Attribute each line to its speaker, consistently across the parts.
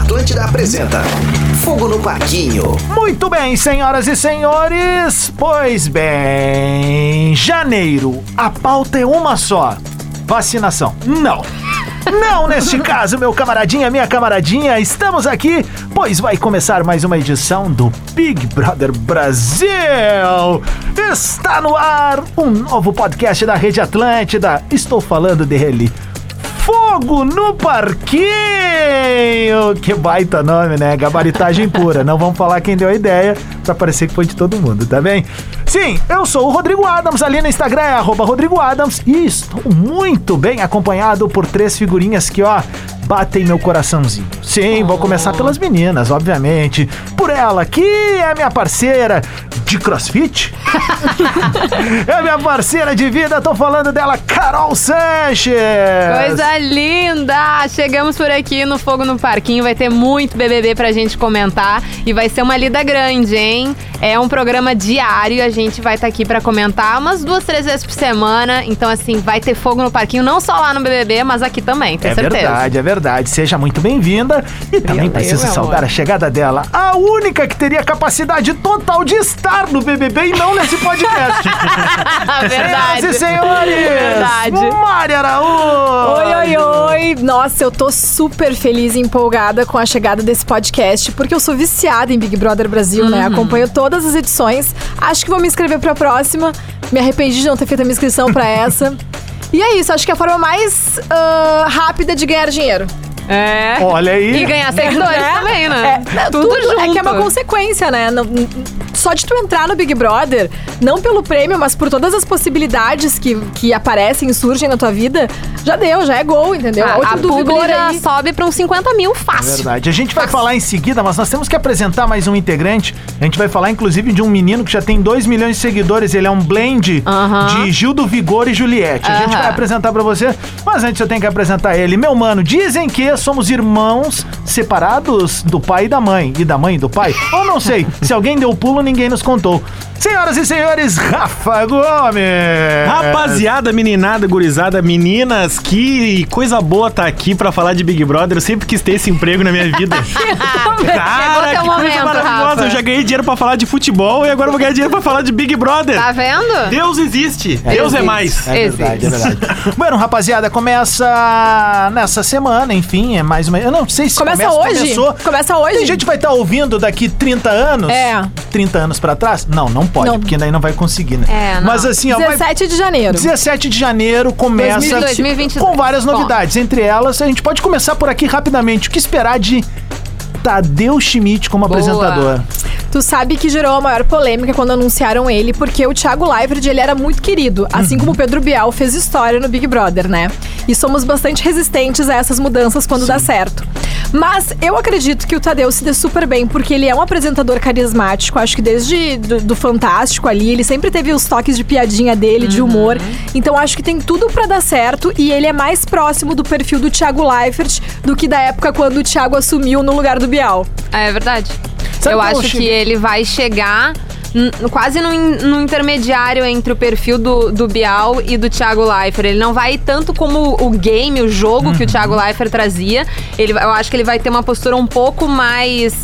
Speaker 1: Atlântida apresenta Fogo no Parquinho.
Speaker 2: Muito bem, senhoras e senhores. Pois bem, janeiro, a pauta é uma só: vacinação. Não. Não, neste caso, meu camaradinha, minha camaradinha, estamos aqui, pois vai começar mais uma edição do Big Brother Brasil. Está no ar um novo podcast da Rede Atlântida. Estou falando dele. Fogo no Parquinho! Que baita nome, né? Gabaritagem pura. Não vamos falar quem deu a ideia, pra parecer que foi de todo mundo, tá bem? Sim, eu sou o Rodrigo Adams, ali no Instagram é arroba Rodrigo Adams e estou muito bem acompanhado por três figurinhas que, ó, batem meu coraçãozinho. Sim, vou começar pelas meninas, obviamente. Por ela, que é minha parceira de crossfit. é minha parceira de vida, tô falando dela, Carol Sanches.
Speaker 3: Coisa linda! Chegamos por aqui no Fogo no Parquinho. Vai ter muito BBB pra gente comentar. E vai ser uma lida grande, hein? É um programa diário. A gente vai estar aqui pra comentar umas duas, três vezes por semana. Então, assim, vai ter Fogo no Parquinho, não só lá no BBB, mas aqui também, tenho
Speaker 2: É
Speaker 3: certeza.
Speaker 2: verdade, é verdade. Seja muito bem-vinda. E também
Speaker 3: Valeu,
Speaker 2: preciso
Speaker 3: meu
Speaker 2: saudar
Speaker 3: amor.
Speaker 2: a chegada dela, a única que teria capacidade total de estar no BBB e não nesse podcast.
Speaker 3: É verdade.
Speaker 2: Senhoras e senhores,
Speaker 3: Verdade.
Speaker 2: Mari Araújo.
Speaker 4: Oi, oi, oi! Nossa, eu tô super feliz e empolgada com a chegada desse podcast, porque eu sou viciada em Big Brother Brasil, né?
Speaker 3: Uhum.
Speaker 4: Acompanho todas as edições. Acho que vou me inscrever pra próxima. Me arrependi de não ter feito a minha inscrição pra essa. E é isso, acho que é a forma mais ah, rápida de ganhar dinheiro.
Speaker 3: É.
Speaker 2: Olha aí.
Speaker 3: E ganhar seguidores também, né?
Speaker 4: É,
Speaker 3: tudo, junto.
Speaker 4: É que é uma consequência, né? Não- só de tu entrar no Big Brother, não pelo prêmio, mas por todas as possibilidades que, que aparecem e surgem na tua vida, já deu, já é gol, entendeu?
Speaker 3: A, Ah, a
Speaker 4: Outro do
Speaker 3: publi
Speaker 4: vigor
Speaker 3: já
Speaker 4: aí.
Speaker 3: sobe pra uns 50 mil fácil.
Speaker 2: É Verdade. A gente vai falar em seguida, mas nós temos que apresentar mais um integrante. A gente vai falar, inclusive, de um menino que já tem 2 milhões de seguidores. Ele é um blend
Speaker 3: Aham.
Speaker 2: de Gil do Vigor e Juliette. A gente
Speaker 3: Aham.
Speaker 2: vai apresentar pra você, mas antes eu tenho que apresentar ele. Meu mano, dizem que somos irmãos separados do pai e da mãe. E da mãe e do pai? Ou não sei. Se alguém deu pulo, ninguém nos contou. Senhoras e senhores, Rafa Gomes!
Speaker 5: Rapaziada, meninada, gurizada, meninas, que coisa boa tá aqui pra falar de Big Brother. Eu sempre quis ter esse emprego na minha vida.
Speaker 2: Ah,
Speaker 3: Chegou
Speaker 5: Cara,
Speaker 3: teu
Speaker 5: que coisa
Speaker 3: momento,
Speaker 5: maravilhosa.
Speaker 3: Rafa.
Speaker 5: Eu já ganhei dinheiro pra falar de futebol e agora eu vou ganhar dinheiro pra falar de Big Brother.
Speaker 3: Tá vendo?
Speaker 5: Deus existe. Deus é
Speaker 3: existe.
Speaker 5: mais.
Speaker 2: É verdade, é verdade. bueno, rapaziada, começa nessa semana, enfim, é mais uma. Eu não sei se
Speaker 4: Começa hoje?
Speaker 2: Começou.
Speaker 4: Começa hoje?
Speaker 2: Tem gente que vai estar ouvindo daqui 30 anos.
Speaker 4: É.
Speaker 2: 30 anos pra trás? Não, não pode,
Speaker 4: Não.
Speaker 2: porque daí não vai conseguir, né?
Speaker 3: É, não.
Speaker 2: Mas assim, ó, vai-
Speaker 4: 17 de janeiro.
Speaker 2: 17 de janeiro começa
Speaker 3: 2022.
Speaker 2: com várias
Speaker 3: Bom.
Speaker 2: novidades. Entre elas, a gente pode começar por aqui rapidamente. O que esperar de Tadeu Schmidt como
Speaker 3: Boa.
Speaker 2: apresentador?
Speaker 4: Tu sabe que gerou a maior polêmica quando anunciaram ele, porque o Thiago Leifert, ele era muito querido, assim como o Pedro Bial fez história no Big Brother, né? E somos bastante resistentes a essas mudanças quando dá certo. Mas eu acredito que o Tadeu se dê super bem, porque ele é um apresentador carismático, acho que desde do, do Fantástico ali, ele sempre teve os toques de piadinha dele, de humor. Então acho que tem tudo pra dar certo e ele é mais próximo do perfil do Thiago Leifert do que da época quando o Thiago assumiu no lugar do Bial.
Speaker 3: É verdade.
Speaker 2: Sabe
Speaker 3: eu
Speaker 2: como
Speaker 3: acho
Speaker 2: eu
Speaker 3: que
Speaker 2: cheguei-
Speaker 3: ele vai chegar n- quase no, in- no intermediário entre o perfil do, do Bial e do Thiago Leifert. Ele não vai tanto como o game, o jogo que o
Speaker 2: Uhum.
Speaker 3: Thiago Leifert trazia. Ele, vai- eu acho que ele vai ter uma postura um pouco mais.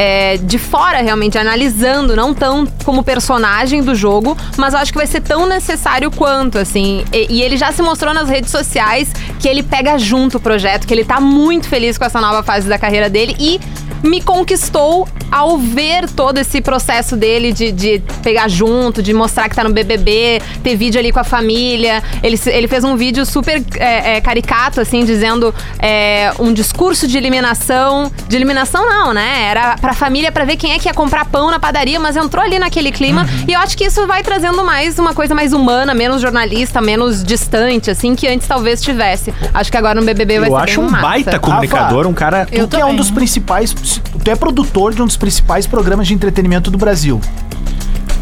Speaker 3: é, de fora, realmente, analisando, não tão como personagem do jogo, mas eu acho que vai ser tão necessário quanto, assim. E, e ele já se mostrou nas redes sociais que ele pega junto o projeto, que ele tá muito feliz com essa nova fase da carreira dele e me conquistou ao ver todo esse processo dele de, de pegar junto, de mostrar que tá no BBB, ter vídeo ali com a família. Ele, se- ele fez um vídeo super é, é, caricato, assim, dizendo é, um discurso de eliminação. De eliminação, não, né? Era pra família, pra ver quem é que ia comprar pão na padaria, mas entrou ali naquele clima.
Speaker 5: Uhum.
Speaker 3: E eu acho que isso vai trazendo mais uma coisa mais humana, menos jornalista, menos distante, assim, que antes talvez tivesse. Acho que agora no BBB vai
Speaker 5: Eu
Speaker 3: ser
Speaker 5: acho
Speaker 3: bem
Speaker 5: um
Speaker 3: massa.
Speaker 5: baita comunicador, um cara.
Speaker 2: Tu que é um dos principais. Tu é produtor de um dos principais programas de entretenimento do Brasil.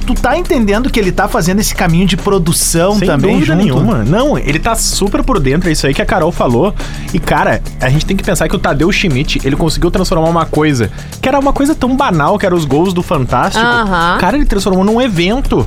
Speaker 2: tu tá entendendo que ele tá fazendo esse caminho de produção
Speaker 5: Sem
Speaker 2: também
Speaker 5: dúvida
Speaker 2: junto?
Speaker 5: nenhuma. Não, ele tá super por dentro, é isso aí que a Carol falou. E, cara, a gente tem que pensar que o Tadeu Schmidt, ele conseguiu transformar uma coisa que era uma coisa tão banal, que era os gols do Fantástico.
Speaker 3: Aham.
Speaker 5: Cara, ele transformou num evento.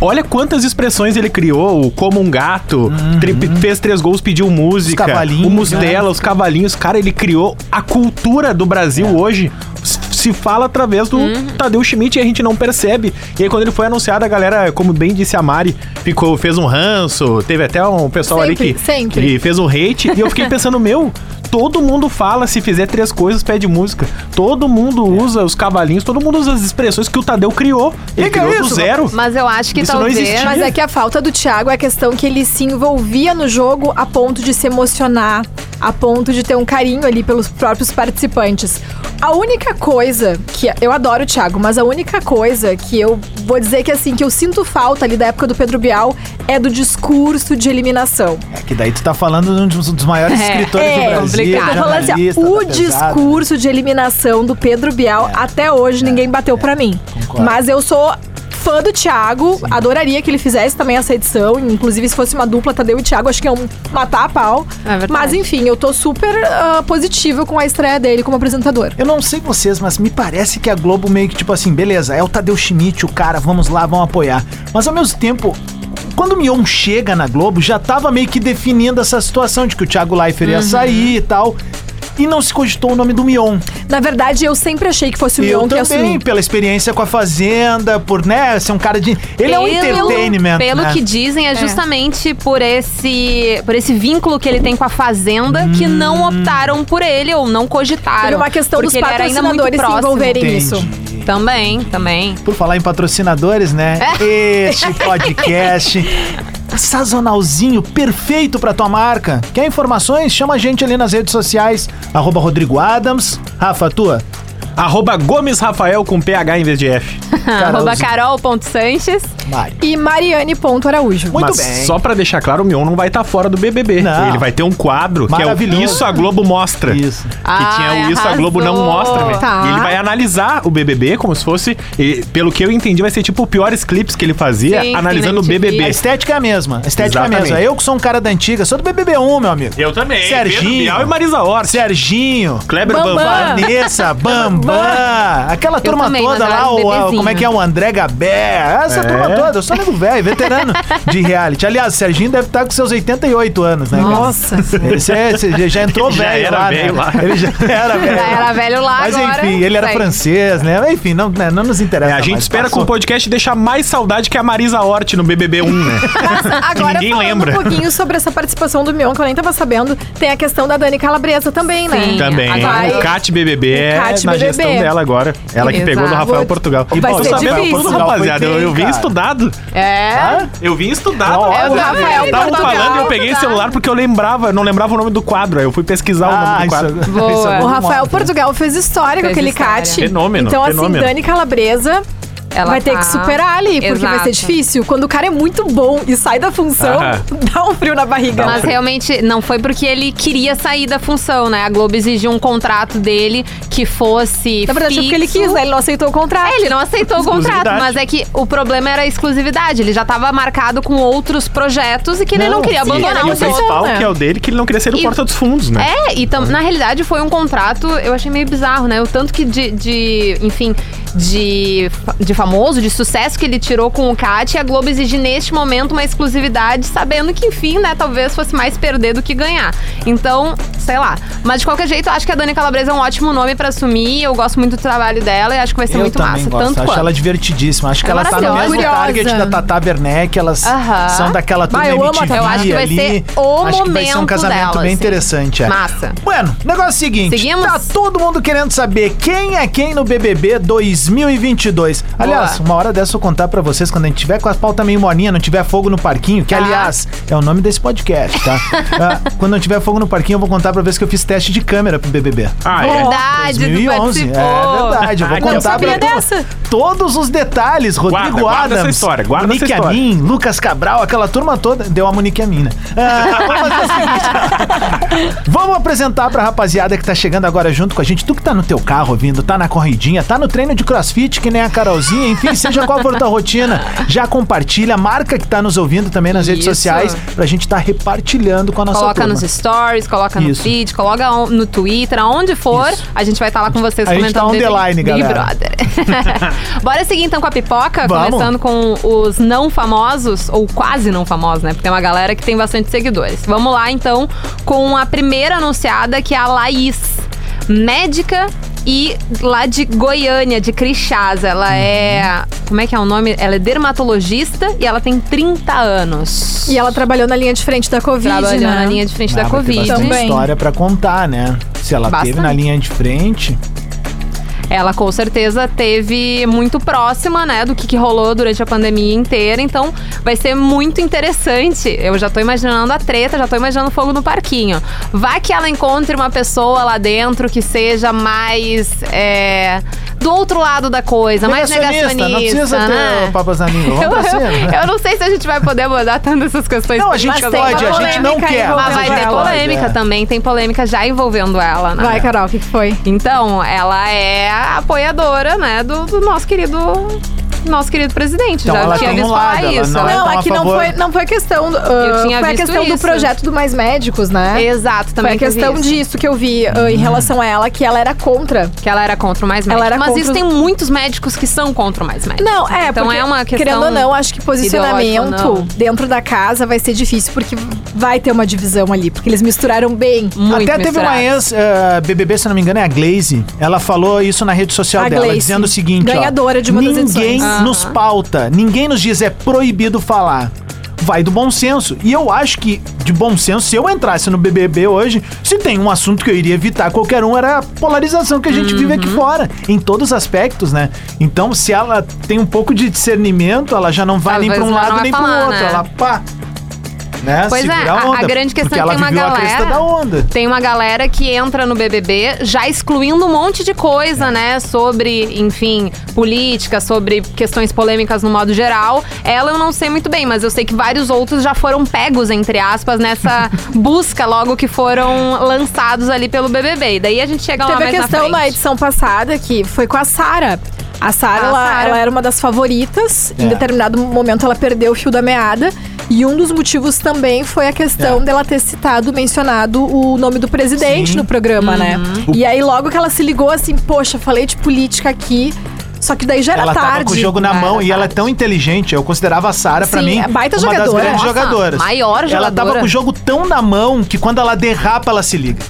Speaker 5: Olha quantas expressões ele criou, o como um gato, tri- fez três gols, pediu música,
Speaker 2: Uhum. Os cavalinhos,
Speaker 5: o Mustela, os cavalinhos. Cara, ele criou a cultura do Brasil hoje. S- Se fala através do
Speaker 4: Uhum.
Speaker 5: Tadeu Schmidt e a gente não percebe. E aí, quando ele foi anunciado, a galera, como bem disse a Mari, ficou, fez um ranço. Teve até um pessoal
Speaker 4: Sempre,
Speaker 5: ali que,
Speaker 4: sempre.
Speaker 5: que fez um hate. e eu fiquei pensando, meu, todo mundo fala, se fizer três coisas, pede música. Todo mundo
Speaker 4: É.
Speaker 5: usa os cavalinhos, todo mundo usa as expressões que o Tadeu criou. Ele
Speaker 2: Que que é
Speaker 5: criou
Speaker 2: isso?
Speaker 5: do zero.
Speaker 3: Mas eu acho que
Speaker 5: Isso não
Speaker 3: talvez.
Speaker 5: existia.
Speaker 4: Mas é que a falta do Thiago é a questão que ele se envolvia no jogo a ponto de se emocionar, a ponto de ter um carinho ali pelos próprios participantes. A única coisa que. Eu adoro o Thiago, mas a única coisa que eu vou dizer que assim, que eu sinto falta ali da época do Pedro Bial é do discurso de eliminação.
Speaker 2: É que daí tu tá falando de um dos dos maiores
Speaker 3: É,
Speaker 2: escritores
Speaker 4: é,
Speaker 2: do Brasil.
Speaker 3: complicado.
Speaker 4: Eu tô falando assim,
Speaker 2: jornalista,
Speaker 4: ó, o
Speaker 2: tá pesado.
Speaker 4: discurso de eliminação do Pedro Bial, até hoje ninguém bateu pra mim.
Speaker 2: É. concordo.
Speaker 4: Mas eu sou fã do Thiago, adoraria que ele fizesse também essa edição. Inclusive, se fosse uma dupla, Tadeu e Thiago, acho que iam matar a pau.
Speaker 3: É verdade.
Speaker 4: Mas enfim, eu tô super ah, positiva com a estreia dele como apresentador.
Speaker 2: Eu não sei vocês, mas me parece que a Globo meio que tipo assim, beleza, é o Tadeu Schmidt, o cara, vamos lá, vamos apoiar. Mas ao mesmo tempo, quando o Mion chega na Globo, já tava meio que definindo essa situação de que o Thiago Leifert
Speaker 4: Uhum.
Speaker 2: ia sair e tal. E não se cogitou o nome do Mion.
Speaker 4: Na verdade, eu sempre achei que fosse o
Speaker 2: eu
Speaker 4: Mion que
Speaker 2: também,
Speaker 4: ia assumir.
Speaker 2: pela experiência com a Fazenda, por, né, ser um cara de... Ele é um entertainment,
Speaker 3: Pelo
Speaker 2: né?
Speaker 3: que dizem, é justamente por esse por esse vínculo que ele tem com a Fazenda
Speaker 2: Hum.
Speaker 3: que não optaram por ele ou não cogitaram.
Speaker 4: Por uma questão
Speaker 3: porque
Speaker 4: dos
Speaker 3: ele era ainda muito
Speaker 4: patrocinadores se
Speaker 3: próximo.
Speaker 4: envolverem
Speaker 2: Entendi.
Speaker 4: nisso.
Speaker 3: Também, também.
Speaker 2: Por falar em patrocinadores, né? Este podcast. Sazonalzinho perfeito pra tua marca. Quer informações? Chama a gente ali nas redes sociais. Arroba Rodrigo Adams. Rafa, tua.
Speaker 5: Arroba Gomes Rafael com PH em vez de F.
Speaker 3: Arroba
Speaker 2: os-
Speaker 3: carol.sanches.
Speaker 2: Mari.
Speaker 4: E Mariane Ponto Araújo.
Speaker 2: Muito
Speaker 5: Mas
Speaker 2: bem.
Speaker 5: só pra deixar claro, o Mion não vai estar fora do BBB.
Speaker 2: Não.
Speaker 5: Ele vai ter um quadro que é
Speaker 2: Maravilhoso.
Speaker 5: o Isso a Globo Mostra.
Speaker 2: Isso.
Speaker 5: Que
Speaker 3: Ah,
Speaker 5: tinha o Isso a Globo não
Speaker 3: arrasou.
Speaker 5: mostra, né?
Speaker 4: Tá.
Speaker 5: E ele vai analisar o BBB como se fosse, e, pelo que eu entendi, vai ser tipo piores clipes que ele fazia
Speaker 3: Sim,
Speaker 5: analisando o
Speaker 3: sim,
Speaker 2: A
Speaker 5: BBB.
Speaker 2: estética é a mesma. A estética é a mesma.
Speaker 5: Exatamente.
Speaker 2: Eu que sou um cara da antiga, sou do BBB1, meu amigo.
Speaker 5: Eu também. Pedro
Speaker 2: Serginho.
Speaker 5: Bial e Marisa Hort.
Speaker 2: Serginho.
Speaker 5: Kleber
Speaker 4: Bambam.
Speaker 5: Bambam.
Speaker 2: Vanessa, Bambam, aquela turma
Speaker 3: também, mas
Speaker 2: toda
Speaker 3: era
Speaker 2: lá,
Speaker 3: um
Speaker 2: o, a-
Speaker 3: bebezinho.
Speaker 2: como é que é o André Gabé,
Speaker 5: É.
Speaker 2: essa turma toda, eu sou nego velho, veterano de reality. Aliás, o Serginho deve estar com seus 88 anos, né? cara?
Speaker 4: Nossa.
Speaker 2: Ele já- já, já entrou
Speaker 5: Ele já
Speaker 2: velho
Speaker 5: era
Speaker 2: lá, né?
Speaker 5: velho lá.
Speaker 2: Ele já era velho.
Speaker 3: Já era velho lá
Speaker 2: Mas
Speaker 3: agora.
Speaker 2: enfim, ele era
Speaker 3: segue.
Speaker 2: francês, né? Enfim, não, né, não nos
Speaker 5: É,
Speaker 2: interessa.
Speaker 5: a gente
Speaker 2: mais,
Speaker 5: espera com
Speaker 2: passou.
Speaker 5: o podcast deixar mais saudade que a Marisa Hort no BBB1, né?
Speaker 4: Mas agora
Speaker 5: ninguém
Speaker 4: falando
Speaker 5: lembra.
Speaker 4: um pouquinho sobre essa participação do Mion, que eu nem tava sabendo, tem a questão da Dani Calabresa também,
Speaker 3: Sim.
Speaker 4: né?
Speaker 5: Também.
Speaker 4: Agora-
Speaker 5: o Cat BBB é
Speaker 4: Cat
Speaker 5: na
Speaker 4: BBB.
Speaker 5: gestão dela agora. Ela que
Speaker 3: Exato.
Speaker 5: pegou do Rafael Portugal.
Speaker 4: Vai
Speaker 5: eu
Speaker 4: ser
Speaker 5: sabendo
Speaker 4: difícil.
Speaker 5: tudo, rapaziada. Eu, eu vim
Speaker 2: Cara.
Speaker 5: estudado.
Speaker 3: É.
Speaker 2: Ah,
Speaker 5: Eu vim estudado.
Speaker 2: Ó,
Speaker 5: Olha,
Speaker 2: o
Speaker 3: Rafael
Speaker 5: Estavam
Speaker 3: Portugal.
Speaker 5: falando e eu peguei o celular porque eu lembrava, não lembrava o nome do quadro. Aí eu fui pesquisar o nome
Speaker 2: Ah,
Speaker 5: do
Speaker 2: isso,
Speaker 5: quadro.
Speaker 3: Boa.
Speaker 2: isso é
Speaker 4: O
Speaker 2: bom
Speaker 4: Rafael
Speaker 2: modo.
Speaker 4: Portugal fez história com
Speaker 3: Fez
Speaker 4: aquele
Speaker 3: história.
Speaker 4: cat.
Speaker 5: Fenômeno,
Speaker 4: Então, assim,
Speaker 5: fenômeno.
Speaker 4: Dani Calabresa.
Speaker 3: Ela
Speaker 4: vai ter
Speaker 3: tá-
Speaker 4: que superar ali, porque vai ser
Speaker 3: Exato.
Speaker 4: difícil. Quando o cara é muito bom e sai da função,
Speaker 5: Aham.
Speaker 4: dá um frio na
Speaker 2: Tá
Speaker 4: barriga.
Speaker 3: Mas
Speaker 4: né?
Speaker 3: realmente não foi porque ele queria sair da função, né? A Globo exigiu um contrato dele que fosse.
Speaker 4: Na verdade, é porque ele
Speaker 3: fixo.
Speaker 4: quis, né? Ele não aceitou o contrato.
Speaker 3: É, ele não aceitou o contrato,
Speaker 5: Exclusividade.
Speaker 3: mas é que o problema era a exclusividade. Ele já tava marcado com outros projetos e que ele não queria
Speaker 5: sim,
Speaker 3: abandonar
Speaker 5: E
Speaker 3: o
Speaker 5: o
Speaker 3: jogo.
Speaker 5: principal,
Speaker 4: né?
Speaker 5: que é o dele, que ele não queria ser o
Speaker 3: E-
Speaker 5: porta dos fundos, né?
Speaker 3: É, e tam- na realidade foi um contrato, eu achei meio bizarro, né? O tanto que de, de, enfim, de, de famoso, de sucesso que ele tirou com o Cat, e a Globo exige neste momento uma exclusividade, sabendo que, enfim, né, talvez fosse mais perder do que ganhar. Então, sei lá. Mas de qualquer jeito, eu acho que a Dani Calabresa é um ótimo nome pra assumir, eu gosto muito do trabalho dela e acho que vai ser
Speaker 2: Eu
Speaker 3: muito
Speaker 2: também
Speaker 3: massa,
Speaker 2: gosto,
Speaker 3: tanto
Speaker 2: acho
Speaker 3: quanto.
Speaker 2: ela divertidíssima. Acho que
Speaker 3: É
Speaker 2: ela tá no
Speaker 3: maravilhosa.
Speaker 2: mesmo target da
Speaker 4: Curiosa.
Speaker 2: Tata Werneck, elas
Speaker 3: Aham.
Speaker 2: são daquela turma
Speaker 4: Bah, eu amo a
Speaker 2: MTV
Speaker 3: Tata. Eu acho que vai
Speaker 2: ali.
Speaker 3: ser
Speaker 2: acho que
Speaker 3: o
Speaker 2: vai ser um
Speaker 3: momento
Speaker 2: casamento
Speaker 3: dela,
Speaker 2: bem
Speaker 3: assim.
Speaker 2: interessante, é.
Speaker 3: Massa.
Speaker 2: Bueno, negócio é o seguinte,
Speaker 3: Seguimos?
Speaker 2: tá todo mundo querendo saber quem é quem no BBB 2022. Aliás,
Speaker 3: Boa.
Speaker 2: uma hora dessa eu contar pra vocês quando a gente tiver com a pauta meio molinha, não tiver fogo no parquinho, que
Speaker 3: Tá.
Speaker 2: aliás, é o nome desse podcast, tá? Ah, quando não tiver fogo no parquinho, eu vou contar pra vocês que eu fiz teste de câmera pro BBB.
Speaker 5: Ah, é.
Speaker 3: Verdade, tu
Speaker 2: 2011,
Speaker 3: participou.
Speaker 2: é verdade. Eu vou
Speaker 5: Ah, que
Speaker 2: contar
Speaker 4: sabia
Speaker 2: pra tu
Speaker 4: dessa.
Speaker 2: todos os detalhes. Rodrigo
Speaker 5: Guarda, guarda
Speaker 2: Adams,
Speaker 5: essa história, guarda
Speaker 2: Monique
Speaker 5: essa história.
Speaker 2: Amin, Lucas Cabral, aquela turma toda. Deu a Monique Amin, né? Ah, vamos fazer o seguinte. Vamos apresentar pra rapaziada que tá chegando agora junto com a gente. Tu que tá no teu carro ouvindo, tá na corridinha, tá no treino de crossfit, que nem a Carolzinha, enfim, seja qual for a tua rotina, já compartilha, marca que tá nos ouvindo também nas redes
Speaker 3: Isso.
Speaker 2: sociais, pra gente estar repartilhando com a nossa
Speaker 3: Coloca
Speaker 2: turma.
Speaker 3: nos stories, coloca no
Speaker 2: Isso.
Speaker 3: feed, coloca on- no Twitter, aonde for,
Speaker 2: Isso.
Speaker 3: a gente vai estar lá com vocês
Speaker 2: A gente
Speaker 3: comentando
Speaker 2: tá
Speaker 3: Big-
Speaker 2: underline,
Speaker 3: Big
Speaker 2: galera.
Speaker 3: Brother. Bora seguir então com a pipoca,
Speaker 2: Vamos.
Speaker 3: começando com os não famosos, ou quase não famosos, né? Porque tem uma galera que tem bastante seguidores. Vamos lá então com a primeira anunciada, que é a Laís, médica e lá de Goiânia, de Crixás.
Speaker 2: Uhum.
Speaker 3: Ela é. Como é que é o nome? Ela é dermatologista e ela tem 30 anos.
Speaker 4: E ela trabalhou na linha de frente da Covid,
Speaker 3: Trabalhou
Speaker 4: né?
Speaker 3: na linha de frente da
Speaker 2: Ah, vai ter
Speaker 3: Covid.
Speaker 2: bastante
Speaker 4: Também.
Speaker 2: história pra contar, né? Se ela teve
Speaker 3: Bastante.
Speaker 2: na linha de frente,
Speaker 3: Ela com certeza teve muito próxima, né, do que, que rolou durante a pandemia inteira. Então, vai ser muito interessante. Eu já tô imaginando a treta, já tô imaginando fogo no parquinho. Vá que ela encontre uma pessoa lá dentro que seja mais é, do outro lado da coisa, mais é negacionista.
Speaker 2: não precisa
Speaker 3: né?
Speaker 2: ter papas na língua. Vamos
Speaker 3: Eu,
Speaker 2: pra cima. né?
Speaker 3: eu- eu não sei se a gente vai poder abordar tanto essas questões.
Speaker 2: Não, a gente
Speaker 3: políticas,
Speaker 4: tem
Speaker 2: pode, a
Speaker 4: uma
Speaker 2: gente não
Speaker 4: polêmica
Speaker 2: quer.
Speaker 4: envolvendo
Speaker 3: Mas vai
Speaker 2: a gente
Speaker 3: ter
Speaker 4: ela.
Speaker 2: pode,
Speaker 3: polêmica
Speaker 2: é.
Speaker 3: também, tem polêmica já envolvendo ela, né?
Speaker 4: Vai, Carol, o que, que foi?
Speaker 3: Então, ela é a apoiadora, né, do, do nosso querido nosso querido presidente.
Speaker 2: Então,
Speaker 3: já
Speaker 2: ela
Speaker 3: tinha
Speaker 2: tem
Speaker 3: visto
Speaker 2: um lado,
Speaker 3: falar
Speaker 2: ela
Speaker 3: isso,
Speaker 2: não
Speaker 3: né?
Speaker 2: é
Speaker 4: Não,
Speaker 2: então, a
Speaker 4: aqui não
Speaker 2: favor.
Speaker 4: foi, não foi a questão.
Speaker 3: Eu
Speaker 4: do- ah,
Speaker 3: tinha
Speaker 4: foi a
Speaker 3: visto
Speaker 4: questão do
Speaker 3: isso.
Speaker 4: projeto do Mais Médicos, né?
Speaker 3: Exato,
Speaker 4: Foi
Speaker 3: também
Speaker 4: a
Speaker 3: teve
Speaker 4: questão
Speaker 3: isso.
Speaker 4: disso que eu vi ah,
Speaker 2: Hum.
Speaker 4: em relação a ela, que ela era contra.
Speaker 3: que ela era contra o mais
Speaker 4: Ela
Speaker 3: médico.
Speaker 4: era
Speaker 3: Mas
Speaker 4: contra
Speaker 3: isso
Speaker 4: os-
Speaker 3: tem muitos médicos que são contra o mais médico.
Speaker 4: Não, é,
Speaker 3: Então
Speaker 4: porque,
Speaker 3: é uma questão
Speaker 4: Querendo ou não, acho que
Speaker 3: ideológica ou não.
Speaker 4: posicionamento dentro da casa vai ser difícil, porque vai ter uma divisão ali, porque eles misturaram bem.
Speaker 3: muito
Speaker 2: Até teve uma
Speaker 3: misturada.
Speaker 2: ex eh, BBB, se não me engano, é a Glaze. Ela falou isso na rede social
Speaker 4: A
Speaker 2: dela,
Speaker 4: Glaze,
Speaker 2: dizendo o seguinte: ó,
Speaker 4: ganhadora de uma das
Speaker 2: ninguém
Speaker 4: edições.
Speaker 2: nos pauta, ninguém nos diz é proibido falar. Vai do bom senso. E eu acho que, de bom senso, se eu entrasse no BBB hoje, se tem um assunto que eu iria evitar qualquer um, era a polarização que a gente vive
Speaker 3: Uhum.
Speaker 2: aqui fora, em todos os aspectos, né? Então, se ela tem um pouco de discernimento, ela já não vai
Speaker 3: Talvez
Speaker 2: nem pra um
Speaker 3: ela não
Speaker 2: lado
Speaker 3: vai
Speaker 2: nem pro
Speaker 3: falar,
Speaker 2: outro.
Speaker 3: né?
Speaker 2: Ela pá. Né?
Speaker 3: Pois é,
Speaker 2: Segura
Speaker 3: a- a
Speaker 2: onda,
Speaker 3: grande questão
Speaker 2: porque
Speaker 3: é que
Speaker 2: ela
Speaker 3: tem uma
Speaker 2: viveu a crista
Speaker 3: galera-
Speaker 2: da onda.
Speaker 3: Tem uma galera que entra no BBB já excluindo um monte de coisa, né? Sobre, enfim, política, sobre questões polêmicas no modo geral. Ela eu não sei muito bem, mas eu sei que vários outros já foram pegos, entre aspas, nessa busca logo que foram lançados ali pelo BBB. E daí a gente chega lá
Speaker 4: Teve a
Speaker 3: mais
Speaker 4: questão
Speaker 3: na
Speaker 4: na
Speaker 3: frente.
Speaker 4: edição passada que foi com a Sara. A Sara,
Speaker 3: A
Speaker 4: ela,
Speaker 3: Ah, Sarah.
Speaker 4: ela era uma das favoritas.
Speaker 2: É.
Speaker 4: Em determinado momento, ela perdeu o fio da meada. E um dos motivos também foi a questão dela ter citado, mencionado o nome do presidente
Speaker 2: É. Sim. Uhum.
Speaker 4: no programa, né? E aí, logo que ela se ligou, assim, poxa, falei de política aqui. Só que daí já era
Speaker 2: ela
Speaker 4: tarde.
Speaker 2: tava com o jogo na
Speaker 3: Já
Speaker 2: mão
Speaker 3: era
Speaker 2: e ela é
Speaker 3: tarde.
Speaker 2: tão inteligente. Eu considerava a Sara, pra
Speaker 4: Sim,
Speaker 2: mim,
Speaker 4: é baita
Speaker 2: uma das
Speaker 4: jogadora.
Speaker 2: grandes
Speaker 3: Nossa,
Speaker 2: jogadoras.
Speaker 3: maior
Speaker 2: Ela
Speaker 3: jogadora.
Speaker 2: tava com o jogo tão na mão que quando ela derrapa, ela se liga.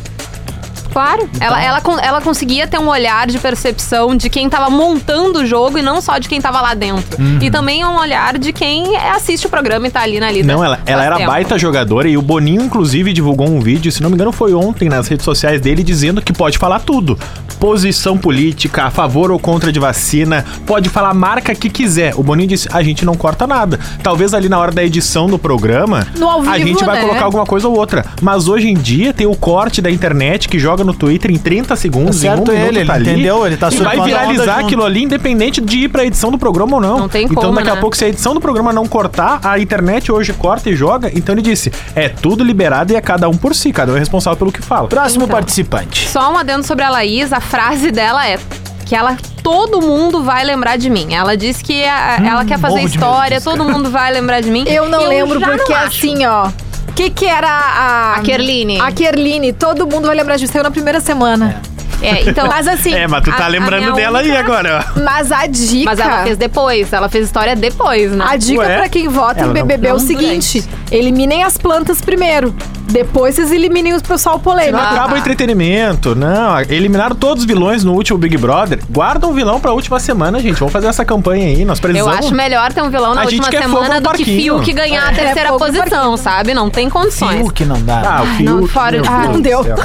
Speaker 3: Claro, ela, ela, con- ela conseguia ter um olhar de percepção de quem tava montando o jogo e não só de quem tava lá dentro.
Speaker 5: Uhum.
Speaker 3: E também um olhar de quem assiste o programa e tá ali na lida.
Speaker 5: Não, ela, ela
Speaker 3: Faz
Speaker 5: era
Speaker 3: tempo.
Speaker 5: baita jogadora e o Boninho, inclusive, divulgou um vídeo, se não me engano, foi ontem nas redes sociais dele, dizendo que pode falar tudo. Posição política, a favor ou contra de vacina, pode falar a marca que quiser. O Boninho disse: a gente não corta nada. Talvez ali na hora da edição do programa,
Speaker 4: No ao
Speaker 5: a
Speaker 4: vivo,
Speaker 5: gente vai
Speaker 4: né?
Speaker 5: colocar alguma coisa ou outra. Mas hoje em dia tem o corte da internet que joga no Twitter em 30 segundos,
Speaker 2: Tá
Speaker 5: em um
Speaker 2: certo ele,
Speaker 5: minuto
Speaker 2: ele
Speaker 5: tá ali,
Speaker 2: entendeu? Ele tá
Speaker 5: e vai
Speaker 2: surfando a onda
Speaker 5: viralizar
Speaker 2: junto.
Speaker 5: aquilo aquilo ali, independente de ir pra edição do programa ou não.
Speaker 3: Não tem
Speaker 5: então,
Speaker 3: como,
Speaker 5: daqui a
Speaker 3: né?
Speaker 5: pouco, se a edição do programa não cortar, a internet hoje corta e joga. Então ele disse: é tudo liberado e é cada um por si, cada um é responsável pelo que fala.
Speaker 2: Próximo
Speaker 3: Então.
Speaker 2: participante.
Speaker 3: Só um adendo sobre a Laís, a frase dela é que ela todo mundo vai lembrar de mim. Ela disse que a-
Speaker 5: Hum,
Speaker 3: ela quer fazer
Speaker 2: morro de
Speaker 3: história,
Speaker 2: medo disso,
Speaker 3: todo mundo vai lembrar de mim.
Speaker 4: Eu não
Speaker 3: E
Speaker 4: lembro,
Speaker 3: já
Speaker 4: porque
Speaker 3: não acho.
Speaker 4: assim, ó. O que, que era a.
Speaker 3: A Kerline.
Speaker 4: A Kerline. Todo mundo vai lembrar disso. Saiu na primeira semana.
Speaker 3: É, então,
Speaker 4: Mas assim.
Speaker 5: tá
Speaker 3: a- a minha única-
Speaker 5: agora.
Speaker 4: Mas a dica.
Speaker 3: Mas ela fez depois, ela fez história depois, né?
Speaker 4: A dica
Speaker 5: Ué?
Speaker 4: pra quem vota
Speaker 5: Ela
Speaker 4: em
Speaker 5: não-
Speaker 4: BBB é o
Speaker 3: não
Speaker 4: seguinte: eliminem as plantas primeiro. Depois vocês eliminem o pessoal polêmico.
Speaker 5: Não acaba o entretenimento, não. Eliminaram todos os vilões no último Big Brother. Guarda um vilão pra última semana, gente. Vamos fazer essa campanha aí. Nós
Speaker 3: Eu
Speaker 5: precisamos.
Speaker 3: acho melhor ter um vilão na
Speaker 5: A gente
Speaker 3: última
Speaker 5: quer fogo
Speaker 3: semana
Speaker 5: no
Speaker 3: do que
Speaker 5: parquinho.
Speaker 3: Fio que ganhar a
Speaker 4: É,
Speaker 3: terceira
Speaker 4: fogo no
Speaker 3: posição, sabe? Não tem condições.
Speaker 2: Fiuk que não
Speaker 5: Ah,
Speaker 2: dá.
Speaker 5: o
Speaker 3: Ai,
Speaker 5: Fiuk,
Speaker 3: não, fora-
Speaker 5: meu
Speaker 3: Ah,
Speaker 5: Deus
Speaker 4: não
Speaker 5: do
Speaker 4: deu.
Speaker 5: céu.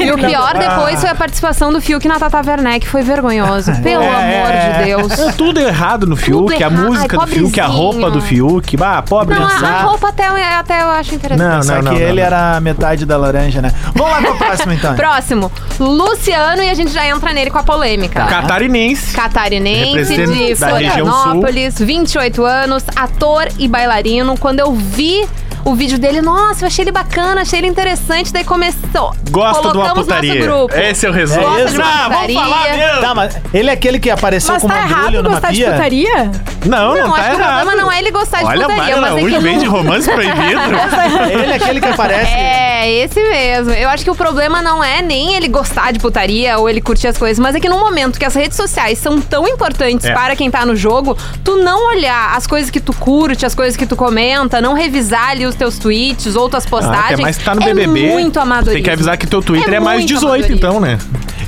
Speaker 3: E o pior
Speaker 5: Ah.
Speaker 3: depois foi a participação do Fiuk na Tata Werneck, foi vergonhoso. Pelo amor de
Speaker 5: É
Speaker 3: Deus.
Speaker 5: tudo errado no Fiuk, a
Speaker 3: errado.
Speaker 5: música
Speaker 3: Ai,
Speaker 5: do Fiuk, a roupa do
Speaker 3: pobrezinho.
Speaker 5: Fiuk. Bah, pobre.
Speaker 3: Não, a, a
Speaker 2: Exato.
Speaker 3: roupa até, até eu acho interessante.
Speaker 5: Não,
Speaker 2: Só que ele era metade da laranja, né? Vamos lá pra próxima, então.
Speaker 3: Próximo, Luciano, e a gente já entra nele com a polêmica.
Speaker 5: Tá. Catarinense.
Speaker 3: Catarinense de
Speaker 5: Representante da região sul.
Speaker 3: Florianópolis, 28 anos, ator e bailarino. Quando eu vi o vídeo dele. Nossa, eu achei ele bacana, achei ele interessante. Daí começou.
Speaker 5: Gosta de uma
Speaker 3: Colocamos
Speaker 5: putaria.
Speaker 3: nosso grupo.
Speaker 5: Esse é o resumo.
Speaker 3: Gosta de uma
Speaker 5: ah, vamos
Speaker 3: putaria.
Speaker 5: falar mesmo.
Speaker 2: Tá, mas ele é aquele que apareceu
Speaker 4: Mas
Speaker 2: com
Speaker 4: tá
Speaker 2: uma grulha
Speaker 4: errado
Speaker 2: numa
Speaker 4: gostar de
Speaker 2: pia?
Speaker 4: putaria?
Speaker 5: Não, não,
Speaker 3: Não,
Speaker 5: tá
Speaker 3: acho que o
Speaker 5: errado.
Speaker 3: problema não é ele gostar de
Speaker 5: Olha,
Speaker 3: putaria,
Speaker 5: Mara
Speaker 3: mas é que
Speaker 5: Araújo
Speaker 3: eu
Speaker 5: vem
Speaker 3: não-
Speaker 5: de romance proibido. Ah,
Speaker 2: Ele é aquele que
Speaker 5: assim.
Speaker 2: aparece.
Speaker 3: É, esse mesmo. Eu acho que o problema não é nem ele gostar de putaria ou ele curtir as coisas, mas é que no momento que as redes sociais são tão importantes
Speaker 5: É.
Speaker 3: para quem tá no jogo, tu não olhar as coisas que tu curte, as coisas que tu comenta, não revisar ali os teus tweets ou tuas
Speaker 5: Ah,
Speaker 3: postagens.
Speaker 5: mas tá no BBB.
Speaker 3: É muito amadorismo.
Speaker 5: Tem que avisar que teu Twitter é,
Speaker 3: É
Speaker 5: mais
Speaker 3: muito
Speaker 5: 18,
Speaker 3: amadorismo.
Speaker 5: então, né?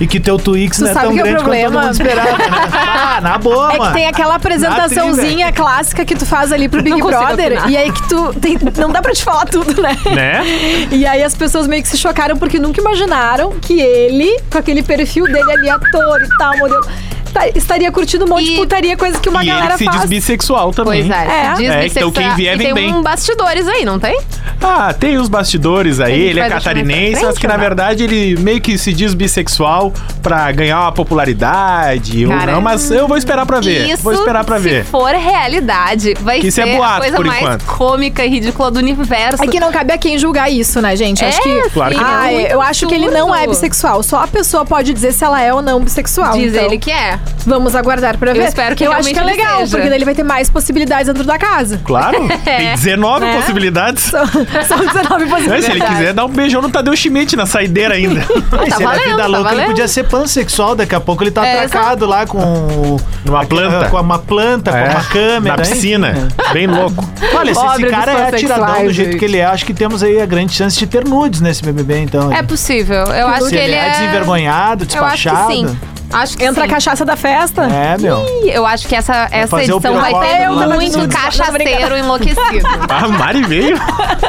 Speaker 2: E que teu Twix
Speaker 4: Tu
Speaker 2: não é
Speaker 4: sabe
Speaker 2: tão
Speaker 4: que é o
Speaker 2: grande quanto todo
Speaker 4: problema?
Speaker 2: mundo esperava. Né? Ah, na boa,
Speaker 4: É que
Speaker 2: mano.
Speaker 4: tem aquela apresentaçãozinha clássica que tu faz ali pro Big
Speaker 3: Não consigo
Speaker 4: Brother.
Speaker 3: opinar.
Speaker 4: E aí que tu. tem- não dá pra te falar tudo, né?
Speaker 5: Né?
Speaker 4: E aí as pessoas meio que se chocaram porque nunca imaginaram que ele, com aquele perfil dele ali, ator e tal, modelo, tá- estaria curtindo um monte de
Speaker 3: E-
Speaker 4: putaria, coisa que uma
Speaker 5: e ele
Speaker 4: galera
Speaker 5: se diz
Speaker 4: faz.
Speaker 5: bissexual também.
Speaker 3: Pois é,
Speaker 4: É.
Speaker 3: diz
Speaker 5: É,
Speaker 3: bissexual-
Speaker 5: então quem vier,
Speaker 3: e
Speaker 5: vem
Speaker 3: tem
Speaker 5: bem.
Speaker 3: um bastidores aí, não tem?
Speaker 5: Ah, tem os bastidores aí,
Speaker 3: Que a gente
Speaker 5: ele é
Speaker 3: vai deixar mais pra
Speaker 5: catarinense,
Speaker 3: frente,
Speaker 5: mas que na
Speaker 3: ou não?
Speaker 5: verdade ele meio que se diz bissexual pra ganhar uma popularidade ou
Speaker 3: Cara,
Speaker 5: não, mas eu vou esperar pra ver.
Speaker 3: Isso,
Speaker 5: vou esperar pra ver.
Speaker 3: se for realidade, vai
Speaker 5: Que isso
Speaker 3: ser
Speaker 5: é boato,
Speaker 3: a coisa
Speaker 5: por
Speaker 3: mais
Speaker 5: enquanto.
Speaker 3: cômica e ridícula do universo.
Speaker 4: É que não cabe a quem julgar isso, né, gente? acho que.
Speaker 5: Claro que não.
Speaker 4: Ah,
Speaker 3: muito
Speaker 4: eu acho que ele não é
Speaker 3: absurdo.
Speaker 4: bissexual. Só a pessoa pode dizer se ela é ou não bissexual.
Speaker 3: Diz
Speaker 4: então,
Speaker 3: ele que é.
Speaker 4: Vamos aguardar pra ver.
Speaker 3: espero que
Speaker 4: Eu acho que é
Speaker 3: realmente ele
Speaker 4: legal,
Speaker 3: seja.
Speaker 4: porque daí ele vai ter mais possibilidades dentro da casa.
Speaker 5: Claro,
Speaker 3: É.
Speaker 5: tem 19
Speaker 4: Né?
Speaker 5: possibilidades.
Speaker 4: São 19
Speaker 5: Mas
Speaker 4: possibilidades.
Speaker 5: se ele
Speaker 3: Verdade.
Speaker 5: quiser, dá um beijão no Tadeu Schmidt na saideira ainda.
Speaker 2: Mas
Speaker 3: tá
Speaker 2: se ele é
Speaker 3: valendo,
Speaker 2: vida
Speaker 3: tá
Speaker 2: louca, ele
Speaker 3: valendo.
Speaker 2: podia ser pansexual, daqui a pouco ele tá
Speaker 3: É,
Speaker 2: atracado lá com... o-
Speaker 5: Numa
Speaker 2: aquela-
Speaker 5: planta.
Speaker 2: Ah, Com uma planta,
Speaker 5: É,
Speaker 2: com uma câmera.
Speaker 5: Na
Speaker 2: hein?
Speaker 5: piscina. Bem louco.
Speaker 2: Olha, se esse
Speaker 3: Pobre
Speaker 2: cara
Speaker 3: dos
Speaker 2: é atiradão do
Speaker 3: pansexuais,
Speaker 2: jeito que
Speaker 3: gente.
Speaker 2: ele é, acho que temos aí a grande chance de ter nudes nesse BBB, então.
Speaker 3: É possível. Eu acho
Speaker 2: se
Speaker 3: que ele é.
Speaker 2: desenvergonhado,
Speaker 3: Eu acho
Speaker 2: despachado.
Speaker 3: que sim. Acho que
Speaker 4: Entra a
Speaker 3: sim.
Speaker 4: cachaça da festa.
Speaker 2: É, meu.
Speaker 3: Ih, Eu acho que essa, essa
Speaker 2: fazer o
Speaker 3: edição vai
Speaker 2: pior
Speaker 3: ter
Speaker 4: Eu tava
Speaker 3: muito
Speaker 4: dizendo.
Speaker 3: cachaceiro enlouquecido.
Speaker 5: Ah, Mari veio.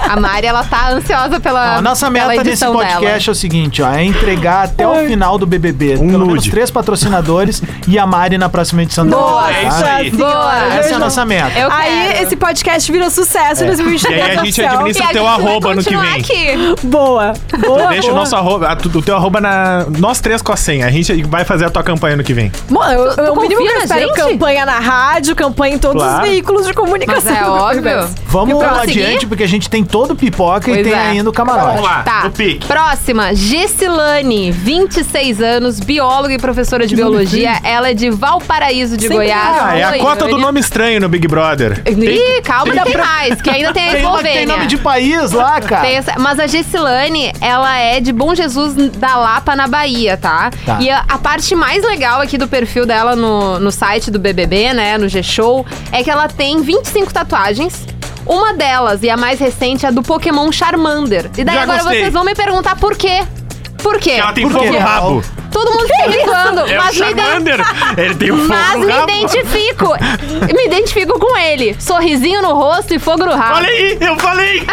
Speaker 3: A Mari, ela tá ansiosa pela.
Speaker 2: A nossa
Speaker 3: pela
Speaker 2: meta nesse
Speaker 3: edição
Speaker 2: podcast
Speaker 3: dela.
Speaker 2: é o seguinte, ó, é entregar até o final do BBB, pelo menos
Speaker 5: Um nude.
Speaker 2: três patrocinadores e a Mari na próxima edição do
Speaker 4: Boa,
Speaker 2: BBB,
Speaker 5: É isso aí. É.
Speaker 4: senhora.
Speaker 3: Boa.
Speaker 2: tá? Essa é a nossa meta.
Speaker 3: Eu
Speaker 4: Aí
Speaker 3: quero.
Speaker 4: esse podcast virou sucesso em 2023.
Speaker 5: E aí a gente
Speaker 4: oficial.
Speaker 3: E
Speaker 5: administra-
Speaker 3: a
Speaker 5: é o teu
Speaker 3: gente vai
Speaker 5: arroba no que
Speaker 3: continuar
Speaker 5: vem.
Speaker 3: Aqui.
Speaker 4: Boa. Boa.
Speaker 5: Deixa o
Speaker 4: boa.
Speaker 5: nosso arroba, a tu- o teu arroba na. Nós três com a senha. A gente vai fazer a tua campanha no que vem.
Speaker 4: Bom, eu, eu,
Speaker 3: tu
Speaker 4: o mínimo que
Speaker 3: confia
Speaker 4: eu
Speaker 3: na
Speaker 4: espero
Speaker 3: gente?
Speaker 4: campanha na rádio, campanha em todos
Speaker 5: Claro.
Speaker 4: os veículos de
Speaker 3: Mas
Speaker 4: comunicação.
Speaker 3: é óbvio.
Speaker 2: Vamos
Speaker 3: E pra
Speaker 2: adiante,
Speaker 3: seguir?
Speaker 2: porque a gente tem todo o pipoca e
Speaker 3: Pois
Speaker 2: tem
Speaker 3: é.
Speaker 2: ainda o camarote.
Speaker 5: lá,
Speaker 3: Tá.
Speaker 5: no pique.
Speaker 3: Próxima, Gessilane, 26 anos, bióloga e professora de biologia. Ela é de Valparaíso de
Speaker 4: Sempre
Speaker 3: Goiás.
Speaker 4: é.
Speaker 5: Ah, é a
Speaker 3: Oi,
Speaker 5: cota do
Speaker 3: Yuri.
Speaker 5: nome estranho no Big Brother.
Speaker 3: Ih, calma, que tem mais, que ainda tem a
Speaker 2: Tem uma que tem
Speaker 3: Eslovênia.
Speaker 2: nome de tá. país lá, cara.
Speaker 3: né? Tem essa- mas a Gessilane, ela é de Bom Jesus da Lapa, na Bahia, tá?
Speaker 2: Tá.
Speaker 3: E a, a parte mais legal aqui do perfil dela no, no site do BBB, né, no G-Show, é que ela tem 25 tatuagens. Uma delas, e a mais recente, é a do Pokémon Charmander. E daí
Speaker 5: Já
Speaker 3: agora
Speaker 5: gostei.
Speaker 3: vocês vão me perguntar por quê. Por quê?
Speaker 5: Ela tem
Speaker 2: Por
Speaker 5: fogo
Speaker 2: quê?
Speaker 5: no rabo.
Speaker 3: Todo mundo fica brincando,
Speaker 5: É o
Speaker 3: mas me dá
Speaker 5: Charmander. Ele tem o fogo
Speaker 3: mas
Speaker 5: no
Speaker 3: me
Speaker 5: rabo.
Speaker 3: identifico. me identifico com ele. Sorrisinho no rosto e fogo no rabo.
Speaker 5: Olha aí, eu falei!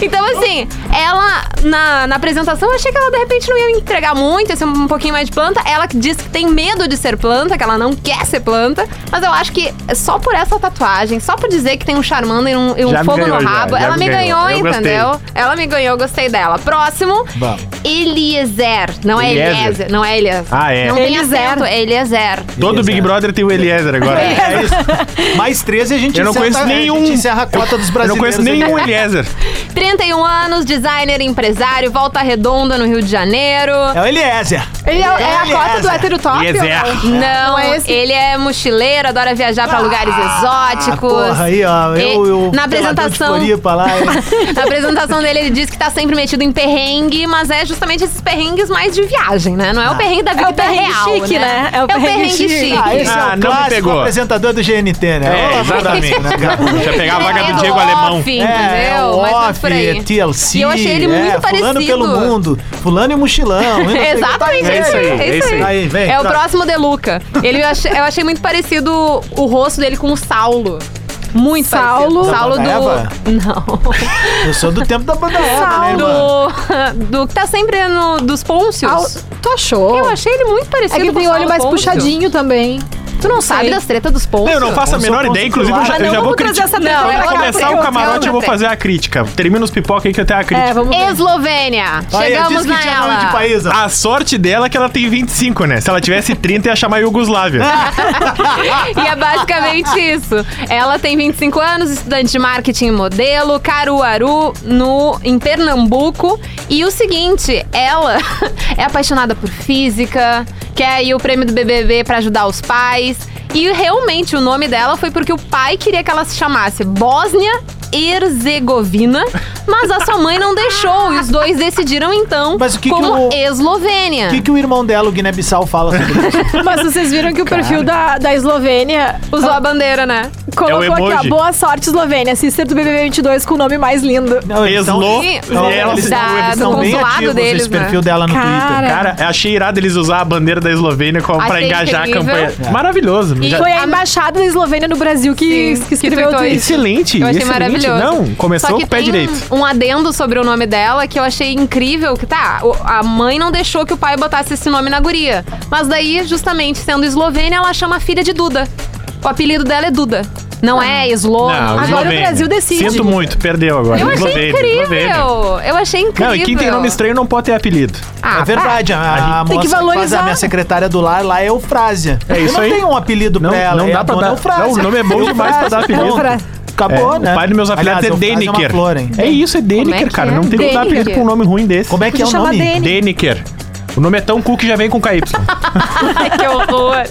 Speaker 3: Então, assim, ela, na, na apresentação, eu achei que ela de repente não ia entregar muito, ia ser um pouquinho mais de planta. Ela que disse que tem medo de ser planta, que ela não quer ser planta. Mas eu acho que só por essa tatuagem, só por dizer que tem um Charmander e um, e um
Speaker 5: Já me
Speaker 3: fogo
Speaker 5: ganhou,
Speaker 3: no
Speaker 5: já,
Speaker 3: rabo,
Speaker 5: já
Speaker 3: ela
Speaker 5: me
Speaker 3: me
Speaker 5: ganhou.
Speaker 3: ganhou,
Speaker 5: Eu gostei.
Speaker 3: entendeu? Ela me ganhou, eu gostei dela. Próximo,
Speaker 2: Vamos.
Speaker 3: Eliezer. Não é
Speaker 5: Eliezer.
Speaker 3: Eliezer, não é Eliezer.
Speaker 5: Ah, é.
Speaker 3: Não tem
Speaker 4: Eliezer.
Speaker 3: acento, é Eliezer.
Speaker 5: Todo Big Brother tem o Eliezer agora.
Speaker 2: É isso. Mais 13 a gente
Speaker 5: Eu não
Speaker 2: encerra-
Speaker 5: conheço
Speaker 2: A
Speaker 5: nenhum.
Speaker 2: gente encerra a cota dos
Speaker 5: Eu
Speaker 2: brasileiros.
Speaker 5: não conheço nenhum Eliezer.
Speaker 3: 31 anos, designer, empresário, volta redonda no Rio de Janeiro.
Speaker 2: É o Eliezer.
Speaker 4: Ele é, é a cota do hétero top?
Speaker 5: Eliezer.
Speaker 4: ou não?
Speaker 3: Não,
Speaker 4: Não é esse?
Speaker 3: ele é mochileiro, adora viajar pra lugares
Speaker 2: Ah,
Speaker 3: exóticos.
Speaker 2: porra, aí, ó. Eu,
Speaker 3: E-
Speaker 2: eu, pelador
Speaker 3: na
Speaker 2: de
Speaker 3: apresentação,
Speaker 2: Floripa lá, eu-
Speaker 3: na apresentação dele, ele diz que tá sempre metido em perrengue, mas é justamente esses perrengues mais de viagem, né? Não é o perrengue da vida
Speaker 4: o perrengue
Speaker 3: real,
Speaker 4: chique, né?
Speaker 3: É o perrengue chique.
Speaker 2: Ah, esse
Speaker 5: Ah,
Speaker 2: é
Speaker 5: não
Speaker 2: o
Speaker 5: me
Speaker 2: clássico
Speaker 5: pegou.
Speaker 2: apresentador do GNT, né?
Speaker 5: É,
Speaker 2: Ô,
Speaker 5: exatamente.
Speaker 2: né, cara?
Speaker 5: Já pegar a vaga
Speaker 3: Perrengue
Speaker 5: do Diego
Speaker 3: off,
Speaker 5: Alemão.
Speaker 3: Entendeu?
Speaker 2: É, o
Speaker 3: mas não
Speaker 2: off,
Speaker 3: por aí.
Speaker 2: TLC.
Speaker 3: E eu achei ele
Speaker 2: é,
Speaker 3: muito
Speaker 2: Fulano
Speaker 3: parecido.
Speaker 2: pelo mundo. Fulano e mochilão. e não sei o que. tá
Speaker 3: Exatamente.
Speaker 5: É isso aí, é isso aí.
Speaker 2: Aí, vem,
Speaker 3: É o
Speaker 2: tá.
Speaker 3: próximo De Luca. Ele, eu, achei, eu achei muito parecido o rosto dele com o Saulo. Muito
Speaker 4: Saulo?
Speaker 3: parecido.
Speaker 2: Da
Speaker 3: Saulo do...
Speaker 2: banda Eva?
Speaker 3: Não.
Speaker 2: Eu sou do tempo da banda Eva, né, irmã?
Speaker 3: Do... Do que tá sempre no... dos Pôncios.
Speaker 4: Al- Tu achou?
Speaker 3: Eu achei ele muito
Speaker 4: É
Speaker 3: parecido
Speaker 4: que ele
Speaker 3: com o
Speaker 4: tem o olho
Speaker 3: Saulo
Speaker 4: mais
Speaker 3: Pôncio.
Speaker 4: puxadinho também.
Speaker 3: Tu não sabe das tretas dos pontos?
Speaker 5: Eu não faço
Speaker 2: sou
Speaker 5: a menor ideia, inclusive eu já,
Speaker 4: Ah,
Speaker 5: eu
Speaker 4: não,
Speaker 5: já vou
Speaker 4: vamos trazer
Speaker 5: criticar.
Speaker 4: essa
Speaker 3: Não,
Speaker 4: treta
Speaker 3: é
Speaker 5: Quando
Speaker 3: pra cá,
Speaker 4: pra
Speaker 5: começar
Speaker 3: porque
Speaker 5: o
Speaker 3: eu
Speaker 5: camarote,
Speaker 3: tenho
Speaker 5: eu vou
Speaker 3: outra.
Speaker 5: fazer a crítica. Termina os pipoca aí que eu tenho a crítica.
Speaker 4: É, vamos ver.
Speaker 3: Eslovênia. Chegamos
Speaker 2: disse que tinha nome de
Speaker 3: nela.
Speaker 2: país, ó.
Speaker 5: A sorte dela é que ela tem 25, né? Se ela tivesse 30, ia chamar Iugoslávia.
Speaker 3: Ah, E é basicamente isso. Ela tem 25 anos, estudante de marketing e modelo, Caruaru, no, em Pernambuco. E o seguinte, ela é apaixonada por física, quer ir o prêmio do BBB pra ajudar os pais. E realmente o nome dela foi porque o pai queria que ela se chamasse Bósnia Herzegovina, mas a sua mãe não deixou e os dois decidiram então
Speaker 2: Mas o que que
Speaker 3: como
Speaker 2: o-
Speaker 3: Eslovênia.
Speaker 2: O que, que o irmão dela, o Guiné-Bissau, fala sobre isso?
Speaker 4: Mas vocês viram que o perfil da, da Eslovênia
Speaker 3: Usou a bandeira, né?
Speaker 4: colocou aqui, ó,
Speaker 5: É emoji.
Speaker 4: boa sorte Eslovênia, sister do BBB22 com o nome mais lindo.
Speaker 2: Não, eles são-
Speaker 3: então
Speaker 5: Eslo-
Speaker 3: Sim,
Speaker 2: Não,
Speaker 5: Ela-
Speaker 2: eles são-
Speaker 3: da-
Speaker 2: eles
Speaker 3: do
Speaker 2: são bem
Speaker 3: consulado
Speaker 2: ativos
Speaker 3: deles,
Speaker 2: esse perfil
Speaker 3: né?
Speaker 2: dela no Twitter. É
Speaker 4: Cara.
Speaker 5: Cara, eu achei irado eles usar a bandeira da Eslovênia com- pra
Speaker 3: Achei
Speaker 5: engajar
Speaker 3: incrível. É.
Speaker 5: a campanha. Maravilhoso.
Speaker 3: E-
Speaker 5: já-
Speaker 4: Foi a embaixada da Eslovênia no Brasil que,
Speaker 3: Sim,
Speaker 4: que escreveu
Speaker 3: que
Speaker 4: o
Speaker 3: tweetou
Speaker 4: tweet.
Speaker 3: isso.
Speaker 5: Excelente,
Speaker 3: Eu achei
Speaker 5: excelente.
Speaker 3: maravilhoso.
Speaker 5: Não,
Speaker 3: Só
Speaker 5: começou
Speaker 3: que
Speaker 5: com o pé
Speaker 3: tem
Speaker 5: direito.
Speaker 3: Um adendo sobre o nome dela que eu achei incrível, que tá, o- a mãe não deixou que o pai botasse esse nome na guria. Mas daí, justamente, sendo eslovênia, ela chama a filha de Duda. O apelido dela é Duda. Não é Eslo. não é-
Speaker 4: Agora o Eslovênia. Brasil decide.
Speaker 5: Ah. Sinto muito, perdeu agora.
Speaker 3: Eu achei
Speaker 5: Eslovênia, Eslovênia.
Speaker 3: incrível. Eu achei incrível.
Speaker 5: Não, e quem tem nome estranho não pode ter apelido.
Speaker 3: Ah,
Speaker 2: é verdade, a, a,
Speaker 5: gente-
Speaker 2: moça
Speaker 4: Tem que
Speaker 2: que faz a
Speaker 4: valorizar.
Speaker 2: minha secretária do lar lá é Eufrásia.
Speaker 5: É
Speaker 2: Eu
Speaker 5: isso
Speaker 2: não
Speaker 5: aí.
Speaker 2: tenho um apelido
Speaker 5: Não-
Speaker 2: pra ela,
Speaker 5: não
Speaker 2: é
Speaker 5: dá
Speaker 2: a
Speaker 5: pra
Speaker 2: dona
Speaker 5: dar-
Speaker 2: Eufrásia.
Speaker 5: não, o nome é bom demais pra dar apelido.
Speaker 2: Pronto. Acabou,
Speaker 5: É,
Speaker 2: né?
Speaker 5: O pai dos meus
Speaker 2: Aliás,
Speaker 5: apelidos é
Speaker 2: Eufrásia uma
Speaker 5: Deniker.
Speaker 2: flor, hein?
Speaker 5: É isso, é Deniker,
Speaker 3: é que
Speaker 5: cara.
Speaker 3: é?
Speaker 5: Não tem como dar
Speaker 3: Deniker.
Speaker 5: apelido com um nome ruim desse.
Speaker 2: Como é que é o
Speaker 4: Podia chamar
Speaker 2: nome?
Speaker 4: Deni.
Speaker 5: Deniker. O nome é tão cool que já vem com KY.
Speaker 3: que horror.